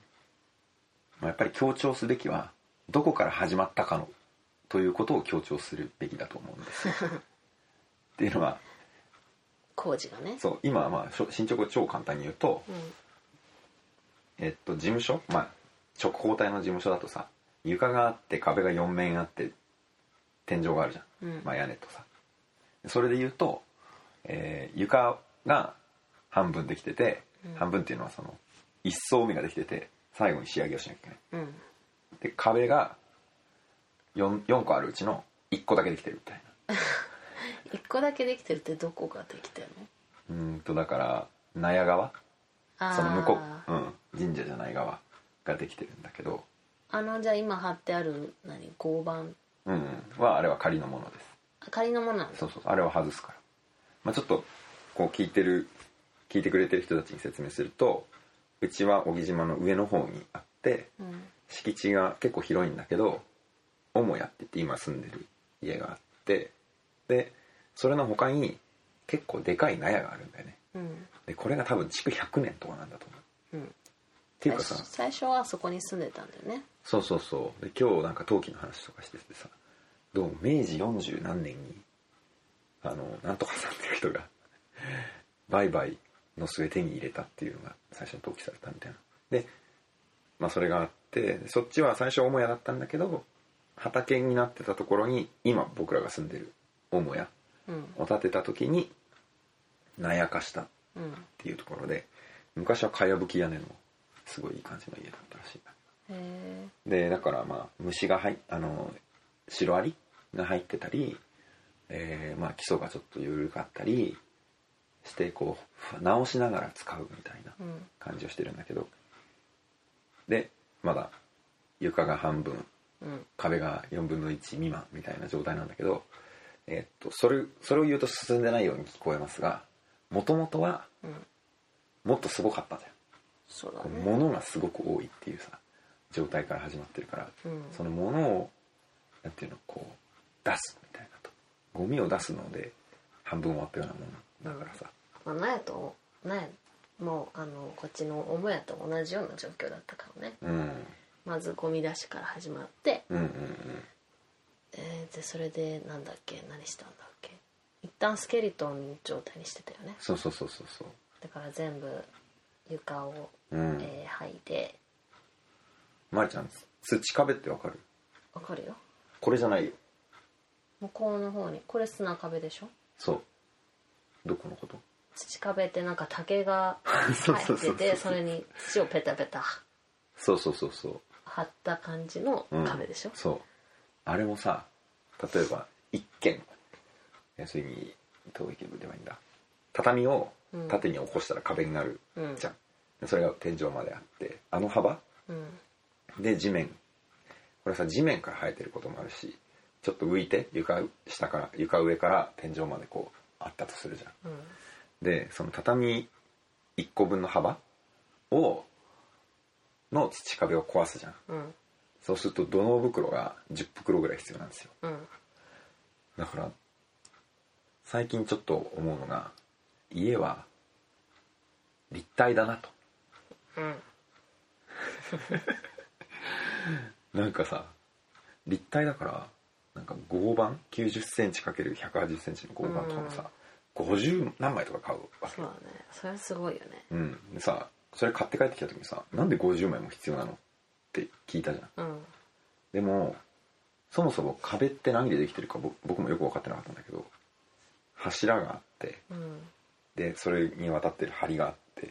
まあやっぱり強調すべきはどこから始まったかのということを強調するべきだと思うんですよっていうのは
工事がね
そう今はまあしょ進捗を超簡単に言うと、
う
えっと事務所まあ直方体の事務所だとさ床があって壁が4面あって天井があるじゃん、
うん
まあ屋根とさそれで言うと、えー床が半分できてて、半分っていうのはその一層目ができてて最後に仕上げをしなきゃいけない
んうん
で壁が 4, 4個あるうちの1個だけできてるみたい
一個だけできてるってどこができてる
な
の
うーんとだから納屋側
あー
その向こう、うん、神社じゃない側ができてるんだけど、
あのじゃあ今貼ってある何合板
うんうん、はあれは仮のものです
あ仮のものなんだ
そうそうあれは外すから、まあ、ちょっとこう聞いてる聞いてくれてる人たちに説明するとうちは小木島の上の方にあって
うん
敷地が結構広いんだけど母屋って言って今住んでる家があってでそれの他に結構でかい納屋があるんだよね
うん
でこれが多分築100年とかなんだと思う
うん
っていうかさ
最初最初はそこに住んでたんだよね
そうそうそうで今日なんか陶器の話とかしててさどうも明治40何年にあのなんとかさんっていう人が売買の末手に入れたっていうのが最初に陶器されたみたいなでまあそれがあってそっちは最初母屋だったんだけど畑になってたところに今僕らが住んでる母屋
うん
を建てた時に納屋化したっ
うん
ていうところで昔はかやぶき屋根のすごいいい感じの家だったらしいな
へえ
でだからまあ虫が入っあのシロアリが入ってたり、えーまあ、基礎がちょっと緩かったりしてこう直しながら使うみたいな
うん
感じをしてるんだけどでまだ床が半分
うん
壁が4分の1未満みたいな状態なんだけど、えっとそれそれを言うと進んでないように聞こえますがもともとは
うん
もっとすごかったじゃん。
そうだ
こう
ね
物がすごく多いっていうさ状態から始まってるから、
うん
その物をなんていうのこう出すみたいなとゴミを出すので半分終わったようなものだからさ
まあ、納屋と納屋もあのこっちの母屋と同じような状況だったからね
うんうん
まずゴミ出しから始まって、
うんうん
えーでそれでなんだっけ何したんだっけ一旦スケルトン状態にしてたよね
そうそうそうそうそ
だから全部床を、
ううん、
えー剥いで
まりちゃん土壁ってわかる
わかるよ
これじゃないよ
向こうの方にこれ砂壁でしょ
そうどこの こと
土壁ってなんか竹が
そうそう
生え
そうそ
て
う
てそれに土をペタペタ
そうそうそうそう
張った感じの
うん
壁でしょ、
そうあれもさ例えば一軒要するに遠いけどではいいんだ畳を
うん
縦に起こしたら壁になる
うん
じゃん、それが天井まであってあの幅
うん
で地面これさ地面から生えてることもあるしちょっと浮いて床下から床上から天井までこうあったとするじゃん
うん
でその畳1個分の幅をの土壁を壊すじゃん
うん
そうすると土のう袋が10袋ぐらい必要なんですよ
うん
だから最近ちょっと思うのが家は立体だなと
うん
なんかさ立体だからなんか合板 90cm×180cm の合板とかもさ、50何枚とか買うわけ
そうだねそれはすごいよね
うんでさそれ買って帰ってきた時にさなんで50枚も必要なのって聞いたじゃん
うん
でもそもそも壁って何でできてるか僕僕もよく分かってなかったんだけど柱があって
うん
でそれに渡ってる梁があって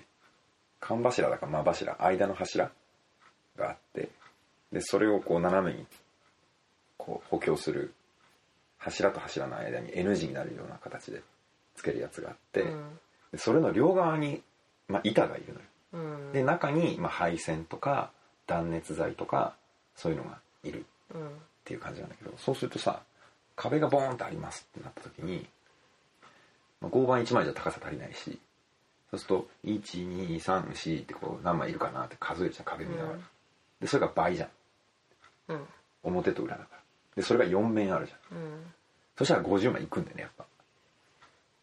間柱だか間柱間の柱があってでそれをこう斜めにこう補強する柱と柱の間に N 字になるような形でつけるやつがあって、
うん
でそれの両側に、まあ、板がいるのよ
うん
で中に、まあ、配線とか断熱材とかそういうのがいる
うん
っていう感じなんだけどそうするとさ壁がボーンとありますってなった時に、まあ、合板1枚じゃ高さ足りないしそうすると1234ってこう何枚いるかなって数えるじゃん壁見ながら、
うん
でそれが倍じゃん
うん
表と裏だからでそれが4面あるじゃん
うん
そしたら50枚いくんだよねやっぱ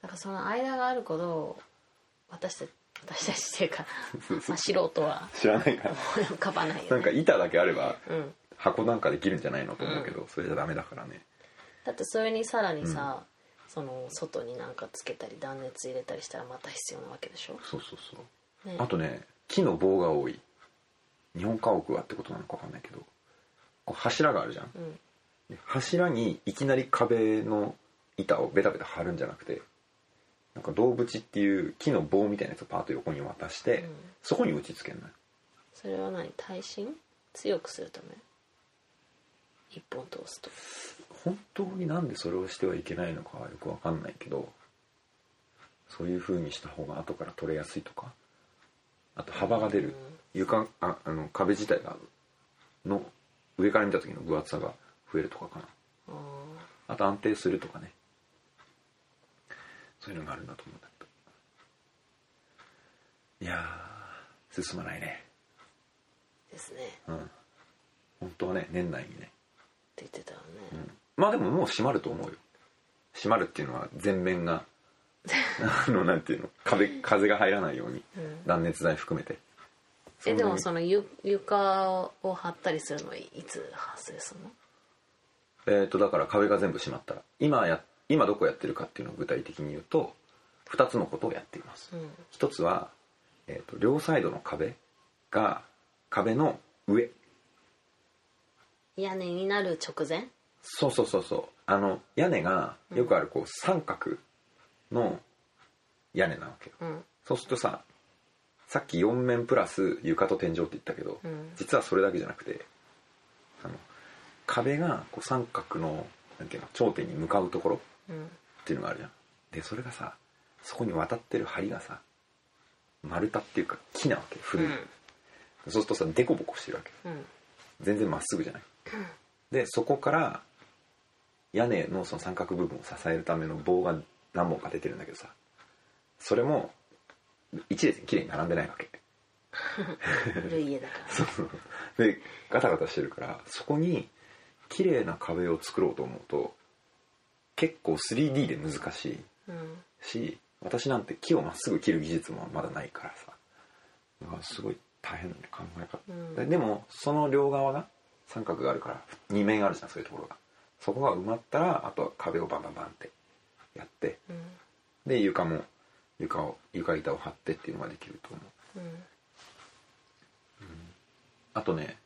なんかその間があることを私たち私たちっ ていうか
そうそう
まあ素人は
知らないから
思い浮かばない
な
よ
ん
ね、
か板だけあれば
うん、
箱なんかできるんじゃないのと思うけど、それじゃダメだからね
だってそれにさらにさ、その外になんかつけたり断熱入れたりしたらまた必要なわけでしょ、
そうそうそう
ね、
あとね木の棒が多い日本家屋はってことなのかわかんないけどこう柱があるじゃん
うん
で柱にいきなり壁の板をベタベタ貼るんじゃなくてなんか動物っていう木の棒みたいなやつをパーッと横に渡して、
うん
そこに打ちつけるのよ
それは何耐震強くするため一本通すと
本当になんでそれをしてはいけないのかはよくわかんないけどそういう風にした方が後から取れやすいとかあと幅が出
うん
る床ああの壁自体がの上から見た時の分厚さが増えるとかかな
ああ
あと安定するとかねそういうのがあるんだと思うんだけどいやー進まないね
ですねって
うん本当はね年内にね
言ってたわね、
まあでももう閉まると思うよ閉まるっていうのは全面 があのなんていうの壁風が入らないように、
うん
断熱材含めて
えでも
そ
そ
んなに
のゆ床を張ったりするのはいいつ発生するの
えっ、とだから壁が全部閉まったら今や今どこやってるかっていうのを具体的に言うと2つのことをやっています、
うん
一つは、えー、と両サイドの壁が壁の上
屋根になる直前
そうそうそうそうあの屋根がよくあるこう三角の屋根なわけよ、
うん
そうするとささっき4面プラス床と天井って言ったけど、
うん
実はそれだけじゃなくてあの壁がこう三角のなんていうの頂点に向かうところ
うん
っていうのがあるじゃんでそれがさそこに渡ってる梁がさ丸太っていうか木なわけ
う
古い、
ん
そうするとさデコボコしてるわけ
うん
全然まっすぐじゃないでそこから屋根のその三角部分を支えるための棒が何本か出てるんだけどさそれも一列に綺麗に並んでないわけ
古い家だから
そうそうでガタガタしてるからそこに綺麗な壁を作ろうと思うと結構 3D で難しい
うん
し私なんて木をまっすぐ切る技術もまだないからさだからすごい大変だね考え方、
うん
ででもその両側が三角があるから2面あるじゃんそういうところがそこが埋まったらあとは壁をバンバンバンってやって
うん
で床も床を床板を張ってっていうのができると思う
うん
あとね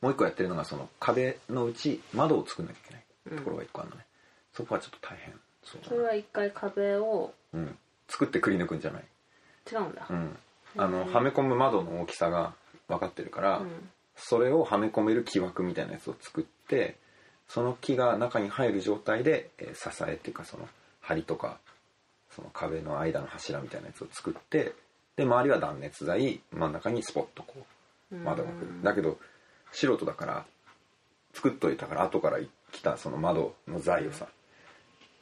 もう一個やってるのがその壁のうち窓を作んなきゃいけないところが一個あるのね、そこはちょっと大変そう
そ
だ
れ
な
は一回壁を
うん作ってくり抜くんじゃない
違うんだ
うん、あのはめ込む窓の大きさが分かってるから、
うん
それをはめ込める木枠みたいなやつを作ってその木が中に入る状態で、えー支えっていうかその梁とかその壁の間の柱みたいなやつを作ってで周りは断熱材真ん中にスポッとこう窓が来る、
うん
だけど素人だから作っといたから後から来たその窓の材をさ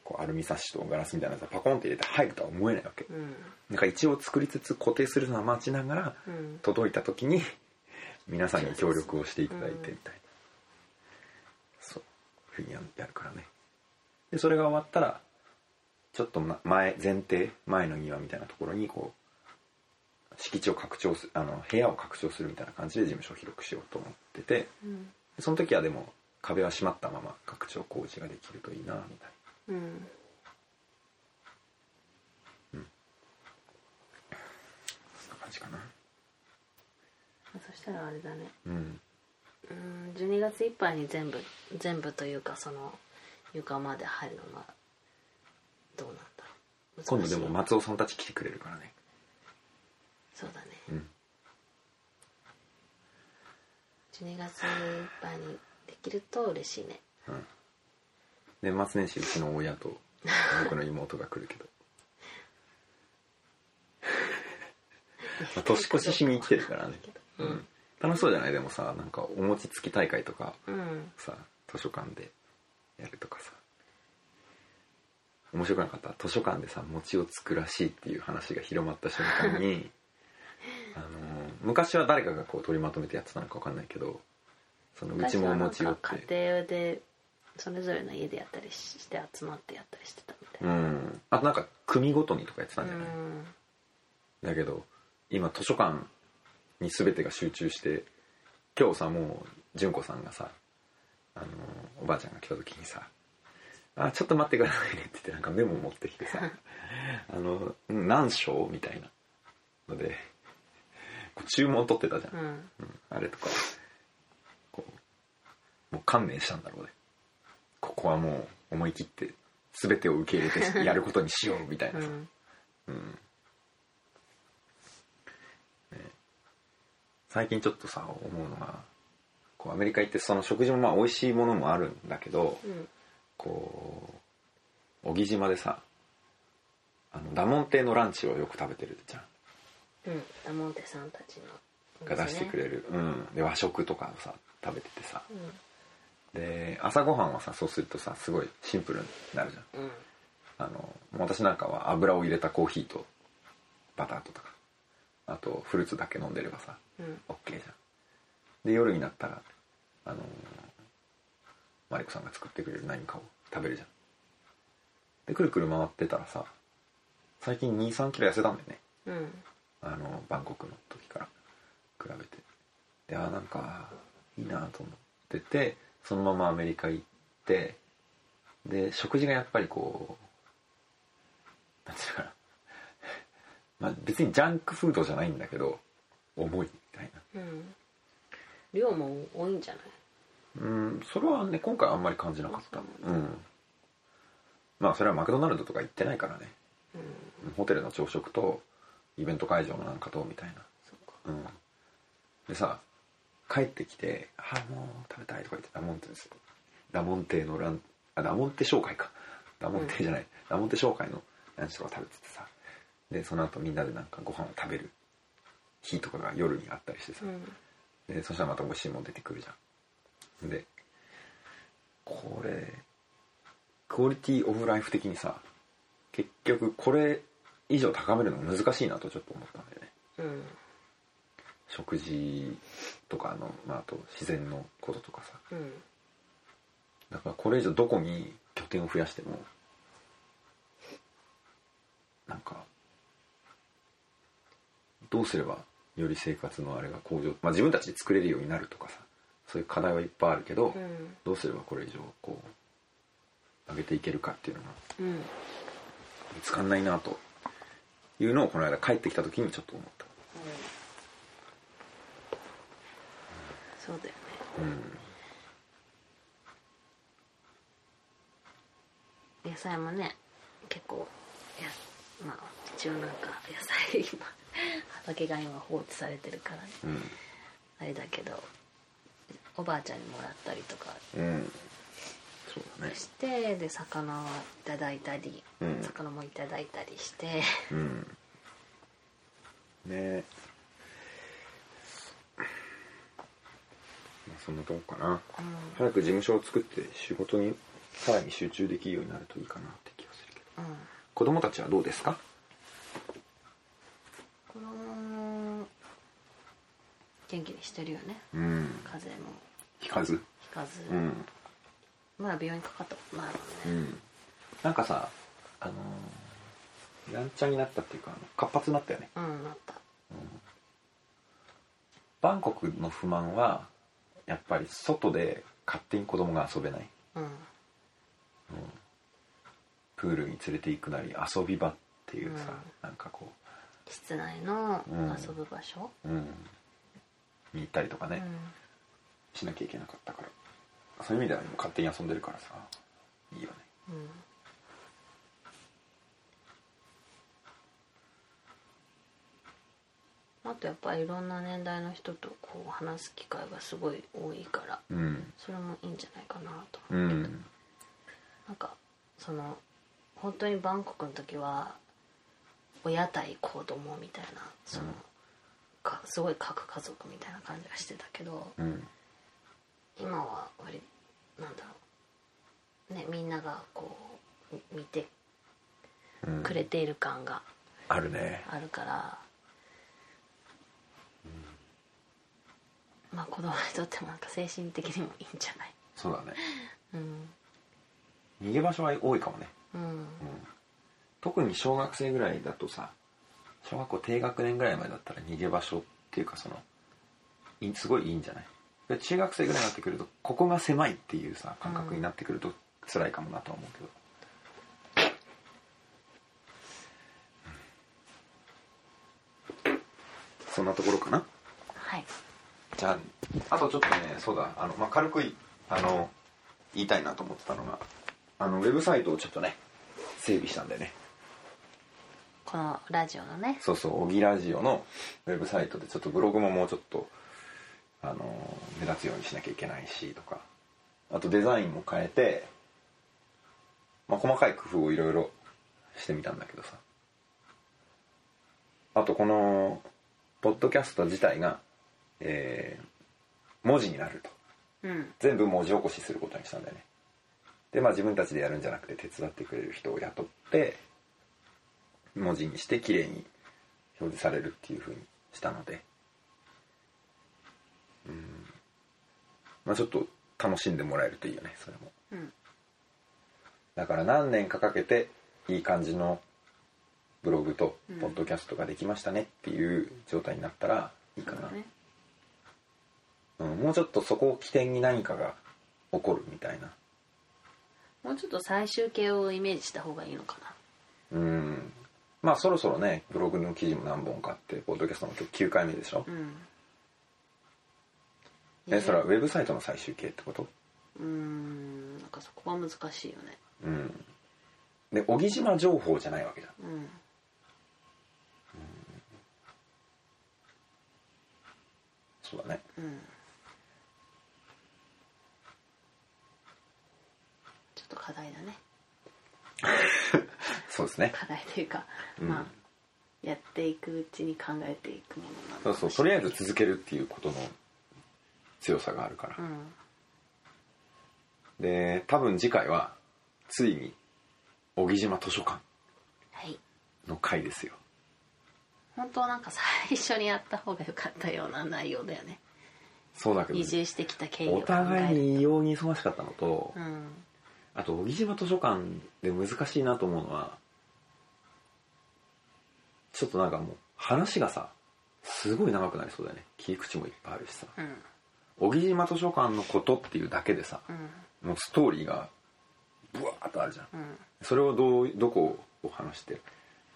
こうアルミサッシとガラスみたいなやつをパコンって入れて入るとは思えないわけ、
うん
なんか一応作りつつ固定するのは待ちながら、
うん
届いた時に皆さんに協力をしていただいてみたいな、そうふうにやるからねでそれが終わったらちょっとな前前提前の庭みたいなところにこう敷地を拡張すあの部屋を拡張するみたいな感じで事務所を広くしようと思ってて
うん
その時はでも壁は閉まったまま拡張工事ができるといいなみたいな
うん
そんな感じかな
そしたらあれだね
うん
うん12月いっぱいに全部全部というかその床まで入るのはどうなんだろう
今度でも
難しい
松尾さんたち来てくれるからね
そうだね
うん
12月いっぱいにできると嬉しいね
年末年始うちの親と僕の妹が来るけど まあ年越ししに来てるからね、うん、楽しそうじゃないでもさなんかお餅つき大会とか
うん
さ図書館でやるとかさ面白くなかった図書館でさ餅をつくらしいっていう話が広まった瞬間に あの昔は誰かがこう取りまとめてやってたのか分かんないけどそのうちもお餅をっ
昔は
て
なんか家庭でそれぞれの家でやったりして集まってやったりしてたみたい
うん、あとなんか組ごとにとかやってたんじ
な
ゃ
う
ない、
ん
だけど今図書館に全てが集中して今日さもう純子さんがさあのおばあちゃんが来た時にさあちょっと待ってくださいねって言ってなんかメモ持ってきてさあのうん何章みたいなのでこう注文取ってたじゃん、
うん
うんあれとかこうもう観念したんだろうねここはもう思い切って全てを受け入 れてやることにしようみたいうなさ、
ん
最近ちょっとさ思うのがこうアメリカ行ってその食事もまあ美味しいものもあるんだけど、
うん
こう小木島でさあのダモン亭のランチをよく食べてるじゃん
うんダモンテさんたちのお店ね
が出してくれる、うん、で和食とかをさ食べててさ
う
で朝ごはんはさそうするとさすごいシンプルになるじゃん
んうん
あの私なんかは油を入れたコーヒーとバターととかあとフルーツだけ飲んでればさ
うん
オッケーじゃんで夜になったらあのーマリコさんが作ってくれる何かを食べるじゃんでくるくる回ってたらさ最近2 3キロ痩せたんだよね
うん
あのバンコクの時から比べてであーなんかいいなと思っててそのままアメリカ行ってで食事がやっぱりこうなんていうのかな まあ別にジャンクフードじゃないんだけど重いみたいな
うん量も多いんじゃない
うんそれはね今回あんまり感じなかった
あそう
うんまあそれはマクドナルドとか行ってないからね
うん
ホテルの朝食とイベント会場のなんかとみたいな
そうか
うん、でさ帰ってきて「あもう食べたい」とか言ってダモンテですダモンテのランあダモンテ紹介かダモンテじゃない、ダモンテ紹介のランチとか食べててさでその後みんなでなんかご飯を食べる日とかが夜にあったりしてさ、
うん
でそしたらまた美味しいもん出てくるじゃんでこれクオリティオブライフ的にさ結局これ以上高めるの難しいなとちょっと思ったんだよね
うん
食事とかあの、まあ、あと自然のこととかさ
うん
だからこれ以上どこに拠点を増やしてもなんかどうすればより生活のあれが向上、まあ、自分たちで作れるようになるとかさそういう課題はいっぱいあるけど、
うん
どうすればこれ以上こう上げていけるかっていうのが
うん
見つかんないなというのをこの間帰ってきた時にちょっと思った。
そうだよね野菜もね結構やまあ一応なんか野菜今畑が今放置されてるからね
うん
あれだけどおばあちゃんにもらったりとか
うん、そうだね
してで魚はいただいたり、
うん
魚もいただいたり して
うんねえまあそんなとこかな
う
早く事務所を作って仕事にさらに集中できるようになるといいかなって気がするけど
ん、うん
子供たちはどうですか
子供も元気にしてるよね
うん
風邪も
聞かず
ひかず、
うん
まだ病院かかったことないもんね、
うんなんかさあのーやんちゃになったっていうかあの活発になったよね
うんなった
バンコクの不満はやっぱり外で勝手に子供が遊べない
うん
プールに連れて行くなり遊び場っていうさ、なんかこ
室内の
うん
遊ぶ場所、
う、うん、に行ったりとか
う
ね、しなきゃいけなかったからそういう意味ではもう勝手に遊んでるからさいいよね
うんうんあとやっぱりいろんな年代の人とこう話す機会がすごい多いから
うん
それもいいんじゃないかなと
う
思うけど、
ん
なんかその本当にバンコクの時は親対子供みたいなその、
うん
かすごい核家族みたいな感じがしてたけど
うん
今は割りなんだろうねみんながこうみ見て
うん
くれている感が
あるね
あるから、まあ子供にとってもなんか精神的にもいいんじゃない
そうだね
うん
逃げ場所は多いかもね、
うん
うん、特に小学生ぐらいだとさ小学校低学年ぐらいまでだったら逃げ場所っていうかそのいすごいいいんじゃないで中学生ぐらいになってくるとここが狭いっていうさ感覚になってくると、辛いかもなとは思うけどそんなところかな
はい
じゃああとちょっとねそうだあの、まあ、軽くいあの言いたいなと思ってたのがあのウェブサイトをちょっとね整備したんだよね
このラジオのね
そうそう小木ラジオのウェブサイトでちょっとブログももうちょっとあの目立つようにしなきゃいけないしとかあとデザインも変えて、まあ、細かい工夫をいろいろしてみたんだけどさあとこのポッドキャスト自体が、えー文字になると
うん
全部文字起こしすることにしたんだよねでまあ自分たちでやるんじゃなくて手伝ってくれる人を雇って文字にして綺麗に表示されるっていうふうにしたのでうんまあちょっと楽しんでもらえるといいよねそれも
うん
だから何年かかけていい感じのブログと
うん
ポッドキャストができましたねっていう状態になったらいいかな、
ね
うん、もうちょっとそこを起点に何かが起こるみたいな
もうちょっと最終形をイメージした方がいいのかな
うんまあそろそろねブログの記事も何本かあってポッドキャストも今日9回目でしょ、
うん
えそれはウェブサイトの最終形ってこと
うーんなんかそこは難しいよね
うんで小木島情報じゃないわけだ
うん
そうだね
うんちょっと課題だね
そうですね
課題というか、
うん
まあやっていくうちに考えていくものなの
そう
か
そう
もし
と
れ
り
な
あえ
い
ず続けるっていうことの強さがあるから、
うん
で多分次回はついに小木島図書館
はい
の回ですよ
本当はなんか最初にやった方が良かったような内容だよね
そうだけど
移住してきた経緯
お
を考
互い
える
に異様に忙しかったのと、
うん
あと小木島図書館で難しいなと思うのはちょっとなんかもう話がさすごい長くなりそうだよね切り口もいっぱいあるしさ
うん
小木島図書館のことっていうだけでさ
うん
もうストーリーがブワーッとあるじゃん
うん
それをどうどこを話して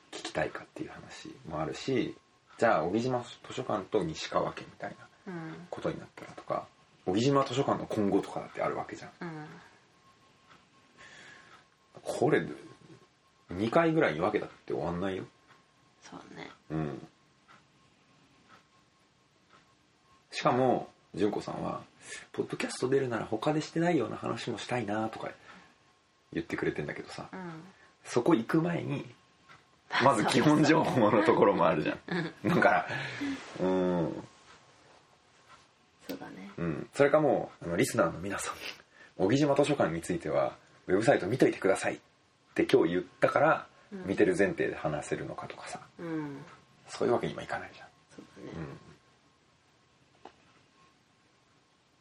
聞きたいかっていう話もあるしじゃあ小木島図書館と西川家みたいな
うん
ことになったらとか小木島図書館の今後とかだってあるわけじゃん
うん
これ2回ぐらいに分けたって終わんないよ
そうね
うんしかも純子さんは「ポッドキャスト出るなら他でしてないような話もしたいな」とか言ってくれてんだけどさ
うん
そこ行く前にまず基本情報のところもあるじゃんだからうん
そうだね
うん、それかもうあのリスナーの皆さん小木島図書館についてはウェブサイト見といてくださいって今日言ったから、
うん
見てる前提で話せるのかとかさ
うん
そういうわけにもいかないじゃ
そうだね
ん、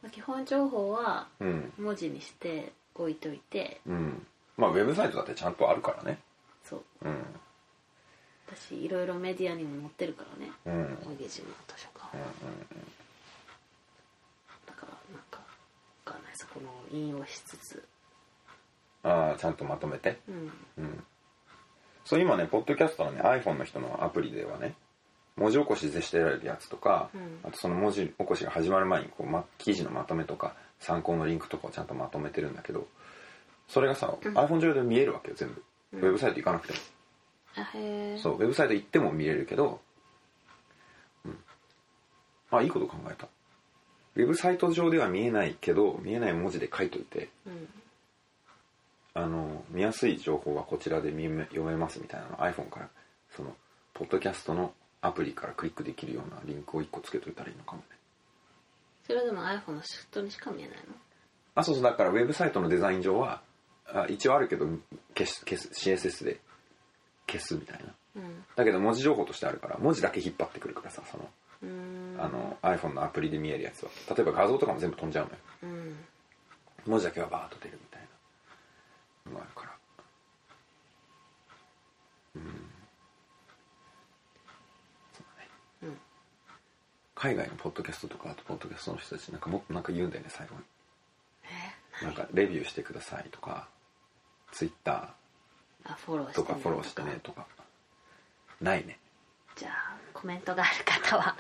まあ基本情報は
うんうん
文字にして置いといて
うんまあウェブサイトだってちゃんとあるからね
そう
うん
私いろいろメディアにも載ってるからね
うんうん
小木島図書館はだからなんかわかんないそこの引用しつつ
ああちゃんとまとめて
うん
うんそう今ねポッドキャストのね iPhone の人のアプリではね文字起こしでしてられるやつとか、
うん
あとその文字起こしが始まる前にこう、ま、記事のまとめとか参考のリンクとかをちゃんとまとめてるんだけどそれがさ、
うん
iPhone 上で見えるわけよ全部、
うん
ウェブサイト行かなくても
あへえ
そうウェブサイト行っても見れるけど、うん、あいいこと考えたウェブサイト上では見えないけど見えない文字で書いといて
うん
あの見やすい情報はこちらで見め読めますみたいなの iPhone からそのポッドキャストのアプリからクリックできるようなリンクを1個つけといたらいいのかもね
それでも iPhone のシフトにしか見えないの
あそうそうだからウェブサイトのデザイン上はあ一応あるけど消す消す CSS で消すみたいな
うん
だけど文字情報としてあるから文字だけ引っ張ってくるからさその
うーん
あの iPhone のアプリで見えるやつは例えば画像とかも全部飛んじゃうのよ
うん
文字だけはバーッと出るみたいなのがあるからうんそうだね
うん
海外のポッドキャストとかあとポッドキャストの人たちなんかもっとなんか言うんだよね最後に
え
なんかレビューしてくださいとかツイッタ
あフォロー
ー
して
と
ね
かフォローしてねとかないね
じゃあコメントがある 方は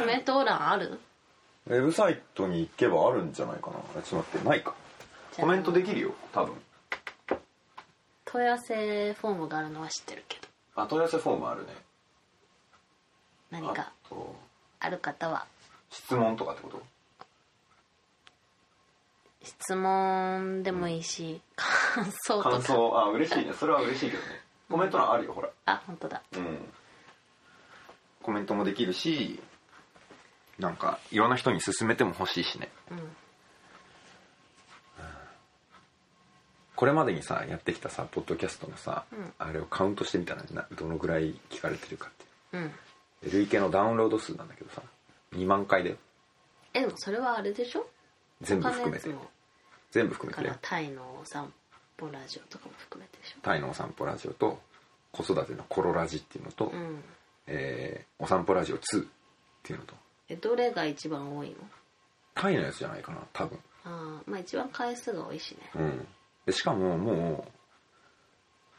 コメント欄ある
ウェブサイトに行けばあるんじゃないかなえちょっと待ってないか
じゃあ
コメントできるよ多分
問い合わせフォームがあるのは知ってるけど
あ問い合わせフォームあるね
何か
あと
ある方は
質問とかってこと
質問でもいいし、感想とか
感想あ嬉しいねそれは嬉しいけどねコメント欄あるよほら
あ本当だ
うんコメントもできるしなんかいろんな人に勧めても欲しいしね
うん
これまでにさやってきたさポッドキャストのさ、
うん
あれをカウントしてみたらなどのぐらい聞かれてるかって
うん
で累計のダウンロード数なんだけどさ2万回だよ
えでもそれはあれでしょ
全部
他の
含
や
め
つ
て
も
全部含
だ
め
か
てだよ
らタイのお散歩ラジオとかも含めてでしょ
タイのお散歩ラジオと子育てのコロラジっていうのと、
うん
えーお散歩ラジオ2っていうのと
えどれが一番多いの
タイのやつじゃないかな多分
あーまあ一番回数が多いしね
うん、でしかもも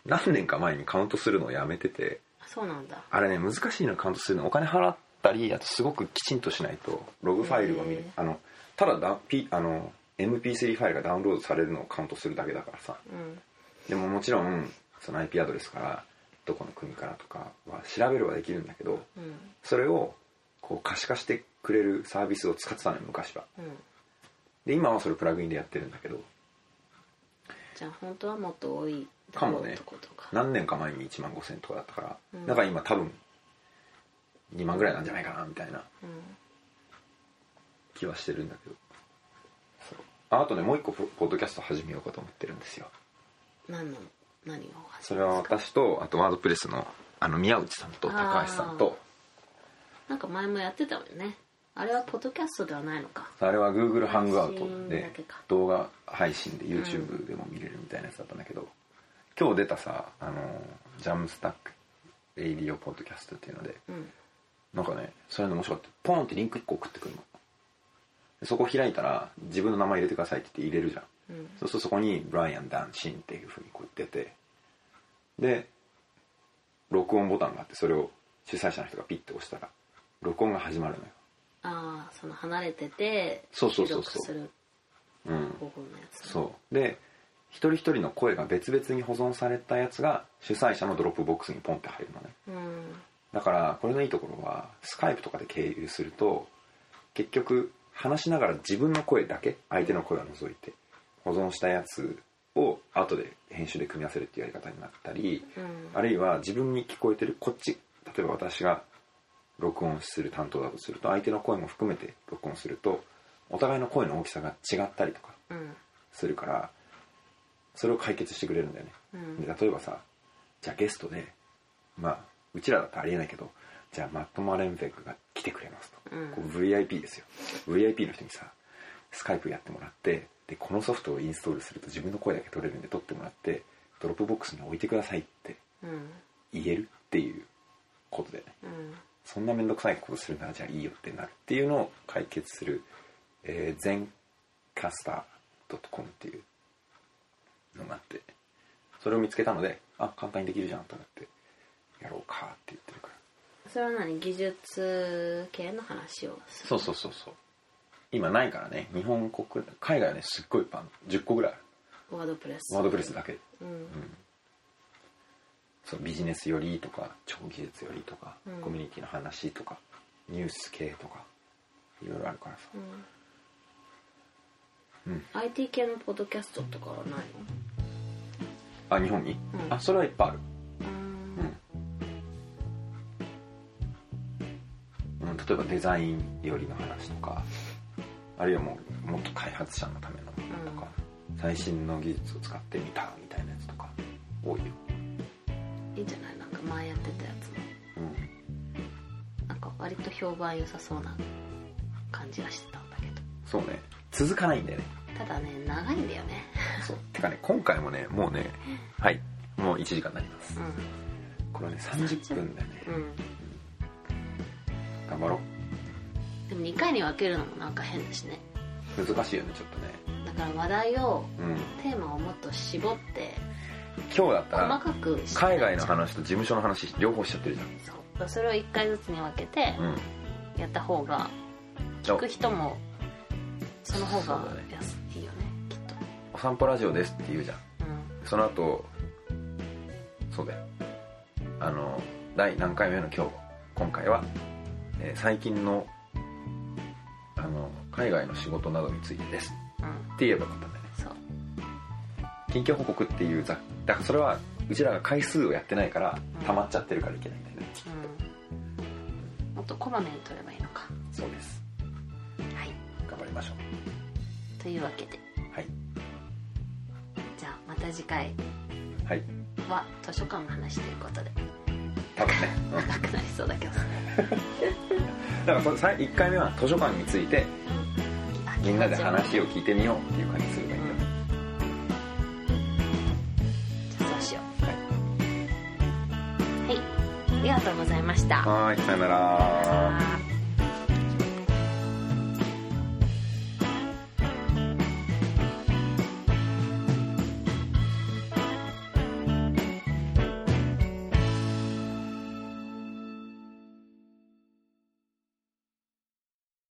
う何年か前にカウントするのをやめてて
あそうなんだ
あれね難しいのカウントするのお金払ったりあとすごくきちんとしないとログファイルを見
へ
る
ー
あのただだ、P、あの MP3 ファイルがダウンロードされるのをカウントするだけだからさ
うん
でももちろんその IP アドレスからどこの国からとかは調べるはできるんだけど
うん
それをこう可視化してくれるサービスを使ってたのよ昔は
うん
で今はそれプラグインでやってるんだけど
じゃあ本当はもっと多いだ
か
ろう
もね
ってことか
何年か前に1万5000とかだったから、
うん
だから今多分2万ぐらいなんじゃないかなみたいな
うん
気はしてるんだけどそうああとねもう一個ポポッドキャスト始めようかと思ってるんですよ
何の何を始
そ
め
れ
る
は
んですか
私とあとワードプレスのあの宮内さんと高橋さんと
なんか前もやってたもんねあれはポッドキャストではないのか
あれは Google ハングアウト
配信だ
で
けか
動画配信で YouTube でも見れるみたいなやつだったんだけど、今日出たさあのジャムスタックレイディオポッドキャストっていうので
うん
なんかねそれの面白かったポンってリンク1個送ってくるのでそこ開いたら自分の名前入れてくださいって言って入れるじゃん
うん
そうするとそこにブライアン・ダン・シンっていうふうにこう出てで録音ボタンがあってそれを主催者の人がピッて押したら録音が始まるの
ああその離れてて
そうそうそう
記
そう
録する
ようん
方法のやつね
そうで一人一人の声が別々に保存されたやつが主催者のドロップボックスにポンって入るのね
うん
だからこれのいいところはスカイプとかで経由すると結局話しながら自分の声だけ相手の声を除いて保存したやつを後で編集で組み合わせるっていうやり方になったり
うん
あるいは自分に聞こえてるこっち例えば私が録音する担当だとすると相手の声も含めて録音するとお互いの声の大きさが違ったりとか
うん
するからそれを解決してくれるんだよね、
うん
で例えばさじゃあゲストでまあうちらだってありえないけどじゃあマット・マレンベックが来てくれますと、
うん
こう VIP ですよ VIP の人にさスカイプやってもらってでこのソフトをインストールすると自分の声だけ取れるんで取ってもらってドロップボックスに置いてくださいって
うん
言えるっていうことでね
うん
そんな面倒くさいことするならじゃあいいよってなるっていうのを解決する、えー、ゼンカスター .com っていうのがあってそれを見つけたのであ簡単にできるじゃんと思ってやろうかって言ってるから
それは何技術系の話をする
そうそうそうそう今ないからね日本国海外はねすっごいいっぱいあるの10個ぐらいある
ワードプレス
ワードプレスだけ
うん
そうビジネス寄りとか超技術寄りとか、
うん
コミュニティの話とかニュース系とかいろいろあるからさ
うん
うん
IT 系のポッドキャストとかはないの
あ日本に、
うん
あそれはいっぱいある
うん
うん、例えばデザインよりの話とかあるいはもうもっと開発者のためのものとか、最新の技術を使ってみたみたいなやつとか多いよ、
いいんじゃないなんか前やってたやつも
うん、
なんか割と評判良さそうな感じがしてたんだけど
そうね続かないんだ よね
ただね長いんだよね
そうてかね今回もねもうねはいもう1時間になります
う
これはね30分だよね
んうん
頑張ろ
でも2回に分けるのもなんか変だしね
う難しいよねちょっとね
なんから話題を
うん、
テーマをもっと絞って
今日だった
細
ら
かくし
海外の話と事務所の話両方しちゃってるじ
そうそれを1回ずつに分けて
ゃん、うん、
やった方が
じゃ
聞く人もその方
そう
が
だね
やすいいよねきっと
お散歩ラジオですって言うじゃん
うん
その後そうだよあの第何回目の今日今回は、えー最近のあの海外の仕事などについてです
うん
って言えばよかったんだよね
そう
近況報告っていうざだからそれはうちらが回数をやってないから溜まっちゃってるからいけないんだよね
うんもっとこまめに取ればいいのか
そうです
はい
頑張りましょう
というわけで
はい
じゃあまた次回
はい
は図書館の話ということで
多分ね、うん
長くなりそうだけど
だからそれさ1回目は図書館について
あ
みんなで話を聞いてみようっていう感じすれば
う
いいんだよ
ん
ね
じゃあそうしようはい、ありがとうございました
はーいさよなら
はーい